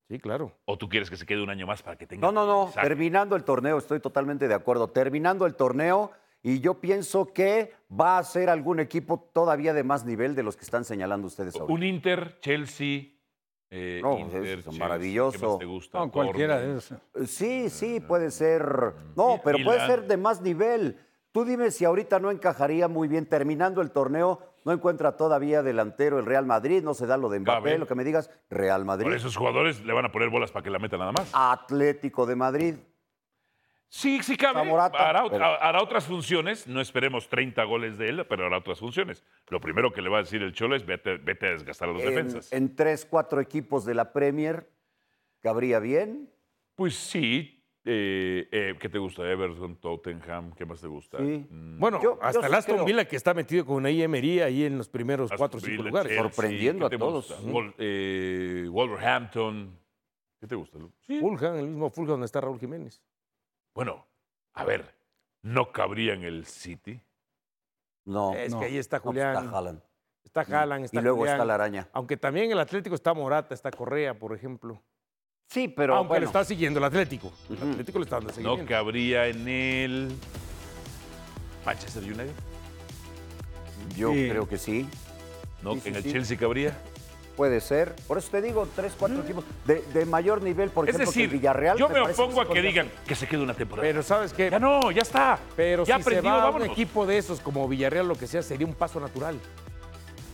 Speaker 4: Sí, claro.
Speaker 3: ¿O tú quieres que se quede un año más para que tenga...
Speaker 5: No, no, no.
Speaker 3: Exacto.
Speaker 5: Terminando el torneo, estoy totalmente de acuerdo. Terminando el torneo, y yo pienso que va a ser algún equipo todavía de más nivel de los que están señalando ustedes ahorita.
Speaker 3: Un Inter, Chelsea... eh,
Speaker 5: No,
Speaker 3: Inter,
Speaker 5: es
Speaker 3: Chelsea,
Speaker 5: maravilloso.
Speaker 3: ¿Qué más te gusta?
Speaker 10: No, cualquiera de
Speaker 4: eh.
Speaker 3: Dortmund.
Speaker 10: esos.
Speaker 5: Sí, sí, puede ser. No, pero puede
Speaker 3: Milán.
Speaker 5: ser de más nivel. Tú dime si ahorita no encajaría muy bien terminando el torneo. No encuentra todavía delantero el Real Madrid, no se da lo de Mbappé,
Speaker 3: Gabriel.
Speaker 5: lo que me digas, Real Madrid.
Speaker 3: Por esos jugadores le van a poner bolas para que la meta nada más.
Speaker 5: Atlético de Madrid.
Speaker 3: Sí, sí cabe.
Speaker 5: Zamorata,
Speaker 3: hará, ot-
Speaker 5: pero-
Speaker 3: hará otras funciones. No esperemos 30 goles de él, pero hará otras funciones. Lo primero que le va a decir el Cholo es vete, vete a desgastar a los
Speaker 5: En,
Speaker 3: defensas.
Speaker 5: en tres, cuatro equipos de la Premier, ¿cabría bien?
Speaker 3: Pues sí. eh, eh, ¿Qué te gusta? Everton, Tottenham, ¿qué más te gusta?
Speaker 5: Sí.
Speaker 3: Mm,
Speaker 4: Bueno,
Speaker 5: Yo-
Speaker 4: hasta
Speaker 5: yo
Speaker 4: el Aston
Speaker 5: creo-
Speaker 4: Villa que está metido con una IMRI ahí en los primeros
Speaker 3: Aston
Speaker 4: cuatro o cinco
Speaker 3: Villa,
Speaker 4: lugares.
Speaker 3: Chelsea,
Speaker 5: Sorprendiendo
Speaker 3: ¿qué
Speaker 5: a
Speaker 3: te gusta?
Speaker 5: todos.
Speaker 3: Wol- eh, Wolverhampton. ¿Qué te gusta? Lu? Sí.
Speaker 4: Fulham, el mismo Fulham donde está Raúl Jiménez.
Speaker 3: Bueno, a ver, ¿no cabría en el City?
Speaker 5: No.
Speaker 4: es
Speaker 5: no.
Speaker 4: que ahí está
Speaker 5: No, pues,
Speaker 4: Julián,
Speaker 5: está Haaland.
Speaker 4: está Jalan, está
Speaker 5: y luego
Speaker 4: Julián.
Speaker 5: está la araña.
Speaker 4: Aunque también el Atlético está Morata, está Correa, por ejemplo.
Speaker 5: Sí, pero
Speaker 4: Aunque
Speaker 5: bueno,
Speaker 4: le está siguiendo el Atlético. El
Speaker 5: Ujú.
Speaker 4: Atlético le está dando seguimiento.
Speaker 3: ¿No cabría en el Manchester United?
Speaker 5: yo
Speaker 10: Sí.
Speaker 5: creo que sí.
Speaker 3: ¿No?
Speaker 5: Sí, sí,
Speaker 3: ¿En el
Speaker 5: sí.
Speaker 3: Chelsea cabría?
Speaker 5: Puede ser. Por eso te digo, tres, cuatro equipos de, de mayor nivel, por
Speaker 3: es
Speaker 5: ejemplo,
Speaker 3: decir,
Speaker 5: que el Villarreal.
Speaker 3: yo
Speaker 5: me
Speaker 3: me
Speaker 5: parece
Speaker 3: opongo
Speaker 5: se
Speaker 3: a que
Speaker 5: podría-
Speaker 3: digan que se quede una temporada.
Speaker 4: Pero ¿sabes qué?
Speaker 3: ya no, ya está.
Speaker 4: Pero
Speaker 3: ya
Speaker 4: si se
Speaker 3: aprendió,
Speaker 4: va a un
Speaker 3: vámonos.
Speaker 4: equipo de esos como Villarreal, lo que sea, sería un paso natural.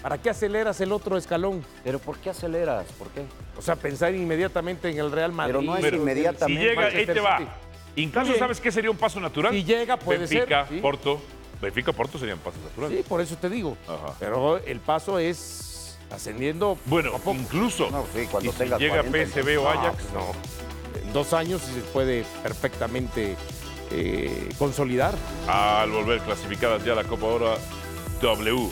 Speaker 4: ¿Para qué aceleras el otro escalón?
Speaker 5: Pero ¿por qué aceleras? ¿Por qué?
Speaker 4: O sea, pensar inmediatamente en el Real Madrid.
Speaker 5: Pero no es
Speaker 4: en el-
Speaker 3: Si
Speaker 5: inmediatamente. también
Speaker 3: llega, ahí
Speaker 4: Manchester
Speaker 3: te va.
Speaker 4: City.
Speaker 3: Incluso,
Speaker 4: Bien.
Speaker 3: ¿sabes qué sería un paso natural?
Speaker 4: Si llega, puede ser,
Speaker 3: Benfica,
Speaker 4: sí.
Speaker 3: Porto. Benfica, Porto serían pasos naturales.
Speaker 4: Sí, por eso te digo.
Speaker 3: Ajá.
Speaker 4: Pero el paso es ascendiendo
Speaker 3: Bueno,
Speaker 4: poco a poco.
Speaker 3: incluso.
Speaker 5: No, sí, cuando
Speaker 3: y si
Speaker 5: tengas
Speaker 3: llega
Speaker 5: 40,
Speaker 3: PSV o
Speaker 5: no,
Speaker 3: Ajax,
Speaker 4: pues no. En dos años sí se puede perfectamente eh, consolidar.
Speaker 3: al volver clasificadas ya a la Copa Oro W.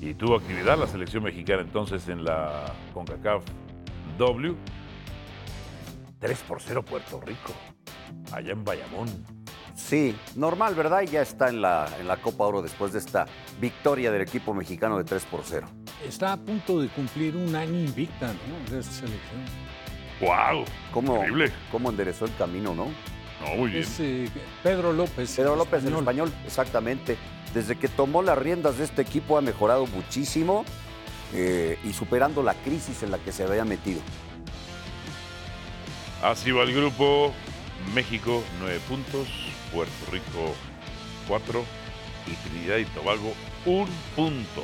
Speaker 3: Y tuvo actividad la selección mexicana entonces en la CONCACAF W. 3 por 0 Puerto Rico, allá en Bayamón.
Speaker 5: Sí, normal, ¿verdad? Y ya está en la, en la Copa Oro después de esta victoria del equipo mexicano de 3 por 0.
Speaker 10: Está a punto de cumplir un año invicta, ¿no? De esa selección.
Speaker 3: ¡Wow!
Speaker 5: ¿Cómo,
Speaker 3: Terrible.
Speaker 5: ¿Cómo enderezó el camino, no?
Speaker 3: No, muy bien.
Speaker 10: Es eh, Pedro López.
Speaker 5: Pedro
Speaker 10: el
Speaker 5: López, el
Speaker 10: español.
Speaker 5: español, exactamente. Desde que tomó las riendas de este equipo ha mejorado muchísimo eh, y superando la crisis en la que se había metido.
Speaker 3: Así va el grupo. México, 9 puntos. Puerto Rico, 4. Y Trinidad y Tobago, 1 punto.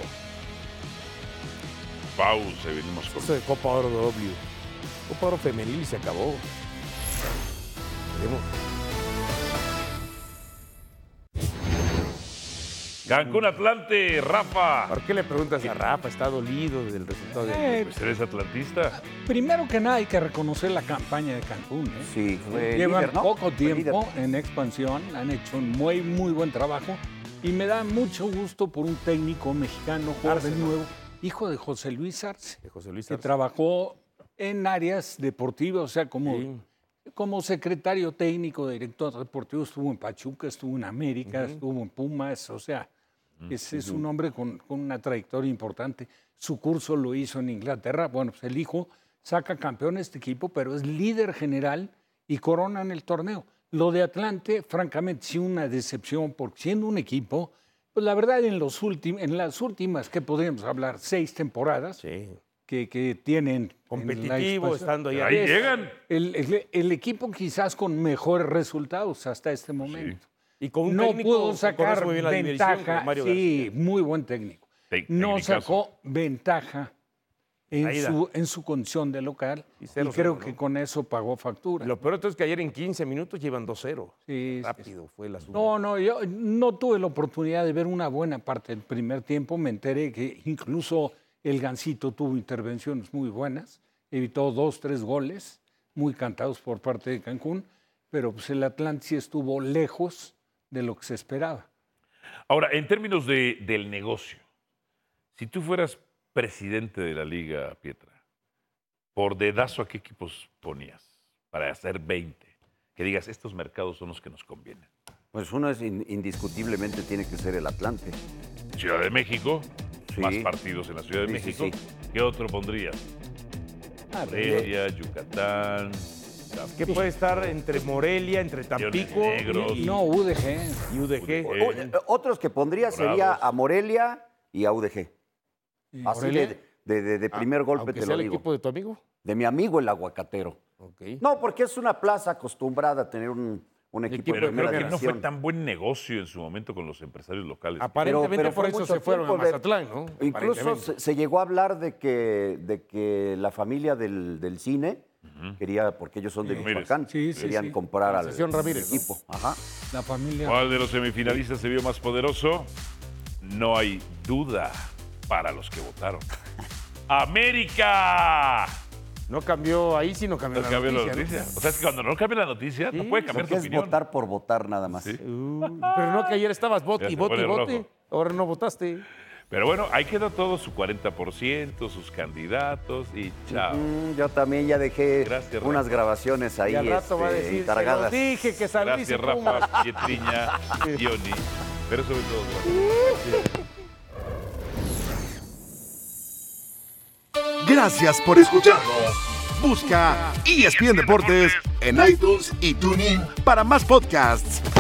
Speaker 3: Pausa, y venimos con
Speaker 4: Eso de Copa Oro W. Copa Oro femenil y se acabó. Veremos.
Speaker 3: Cancún Atlante, Rafa.
Speaker 4: ¿Por qué le preguntas a Rafa? ¿Está dolido del resultado? del-
Speaker 10: Eh,
Speaker 3: Pues eres atlantista.
Speaker 10: primero que nada hay que reconocer la campaña de Cancún. ¿eh?
Speaker 5: Sí, fue
Speaker 10: Llevan
Speaker 5: líder, ¿no?
Speaker 10: poco
Speaker 5: Fue
Speaker 10: tiempo
Speaker 5: líder.
Speaker 10: en expansión, han hecho un muy, muy buen trabajo y me da mucho gusto por un técnico mexicano, joven
Speaker 4: Arce, ¿no?
Speaker 10: nuevo, hijo de José Luis Arce,
Speaker 4: de José Luis
Speaker 10: que
Speaker 4: Arce?
Speaker 10: trabajó en áreas deportivas, o sea, como, como secretario técnico, director deportivo, estuvo en Pachuca, estuvo en América, estuvo en Pumas, o sea,
Speaker 4: Mm,
Speaker 10: es, es un hombre con, con una trayectoria importante. Su curso lo hizo en Inglaterra. Bueno, pues el hijo saca campeón a este equipo, pero es líder general y coronan el torneo. Lo de Atlante, francamente, sí una decepción, porque siendo un equipo, pues la verdad, en, los últim- en las últimas, que podríamos hablar, seis temporadas
Speaker 4: Sí.
Speaker 10: que, que tienen en la
Speaker 4: Competitivo,
Speaker 10: expansión,
Speaker 4: estando ahí.
Speaker 3: Pero ahí
Speaker 4: arriba.
Speaker 3: llegan.
Speaker 10: el, el- el equipo quizás con mejores resultados hasta este momento.
Speaker 4: Y con un
Speaker 10: no
Speaker 4: técnico
Speaker 10: pudo
Speaker 4: que
Speaker 10: sacar
Speaker 4: conoce muy bien la división,
Speaker 10: ventaja.
Speaker 4: como Mario
Speaker 10: sí, muy buen técnico.
Speaker 3: Te-
Speaker 10: No
Speaker 3: tecnicazo.
Speaker 10: sacó ventaja en
Speaker 4: Aida.
Speaker 10: su, en su condición de local
Speaker 4: Y
Speaker 10: y,
Speaker 4: cero,
Speaker 10: creo
Speaker 4: cero,
Speaker 10: que
Speaker 4: ¿no?
Speaker 10: con eso pagó factura.
Speaker 4: Lo peor de todo es que ayer en 15 minutos llevan 2-0.
Speaker 10: Sí, sí,
Speaker 4: Rápido fue el asunto.
Speaker 10: No, no, yo no tuve la oportunidad de ver una buena parte del primer tiempo. Me enteré que incluso el Gancito tuvo intervenciones muy buenas. Evitó dos, tres goles, muy cantados por parte de Cancún. Pero pues, el Atlante sí estuvo lejos de lo que se esperaba.
Speaker 3: Ahora, en términos de- del negocio, si tú fueras presidente de la liga, Pietra, por dedazo a qué equipos ponías para hacer 20, que digas, estos mercados son los que nos convienen.
Speaker 5: Pues uno es in- indiscutiblemente tiene que ser el Atlante.
Speaker 3: Ciudad de México,
Speaker 5: Sí.
Speaker 3: más partidos en la Ciudad de
Speaker 5: Sí, sí,
Speaker 3: México. ¿Qué otro pondrías?
Speaker 10: Ah,
Speaker 3: Morelia, Yucatán, Tampico,
Speaker 4: ¿Qué puede estar entre Morelia, entre Tampico
Speaker 3: Negros.
Speaker 4: y,
Speaker 10: no, UDG.
Speaker 4: y UDG?
Speaker 3: UDG.
Speaker 5: O- eh, Otros que pondría sería
Speaker 3: Dorados.
Speaker 5: a Morelia y a UDG.
Speaker 10: Y
Speaker 5: Así
Speaker 4: Morelia? Ah,
Speaker 5: de, de- de- de primer golpe
Speaker 4: Aunque
Speaker 5: te
Speaker 4: sea
Speaker 5: lo
Speaker 4: el
Speaker 5: digo.
Speaker 4: equipo de tu amigo.
Speaker 5: De mi amigo el aguacatero.
Speaker 4: Ok.
Speaker 5: No, porque es una plaza acostumbrada a tener un, un equipo,
Speaker 3: Pero
Speaker 5: de
Speaker 3: creo
Speaker 5: primera
Speaker 3: que no fue
Speaker 5: división.
Speaker 3: tan buen negocio en su momento con los empresarios locales.
Speaker 5: Pero- pero fue mucho tiempo de- Incluso
Speaker 3: Aparentemente.
Speaker 5: se, se llegó a hablar de que, de que la familia del, del cine quería, porque ellos son de
Speaker 3: Ramírez.
Speaker 5: Michoacán,
Speaker 3: Sí, sí,
Speaker 5: querían
Speaker 3: sí.
Speaker 5: comprar al
Speaker 3: Concesión Ramírez, ¿no?
Speaker 5: equipo. Ajá.
Speaker 10: La familia.
Speaker 3: ¿Cuál de los semifinalistas se vio más poderoso? No hay duda para los que votaron. ¡América!
Speaker 4: No cambió ahí, sino cambió,
Speaker 3: No
Speaker 4: la,
Speaker 3: cambió la
Speaker 4: noticia,
Speaker 3: noticia. O sea, es que cuando no cambia la noticia, no puede cambiar
Speaker 5: Porque
Speaker 3: tu
Speaker 5: es
Speaker 3: opinión.
Speaker 5: votar por votar nada más.
Speaker 3: Uh.
Speaker 4: Pero no que ayer estabas
Speaker 3: Ya
Speaker 4: bote y
Speaker 3: se
Speaker 4: bote y
Speaker 3: pone
Speaker 4: bote.
Speaker 3: rojo.
Speaker 4: Ahora no votaste.
Speaker 3: Pero bueno, ahí queda todo su 40%, sus candidatos y chao.
Speaker 5: Mm, yo también ya dejé unas grabaciones ahí
Speaker 3: Y al rato va a
Speaker 5: este,
Speaker 3: decir, "Se lo
Speaker 5: encargadas.
Speaker 4: Dije que San Luis
Speaker 3: Gracias,
Speaker 4: y Pumas.
Speaker 3: Rafa, Pietriña, Diony. Pero sobre todo, Eduardo.
Speaker 15: Gracias por escucharnos. Busca ESPN Deportes en iTunes y TuneIn para más podcasts.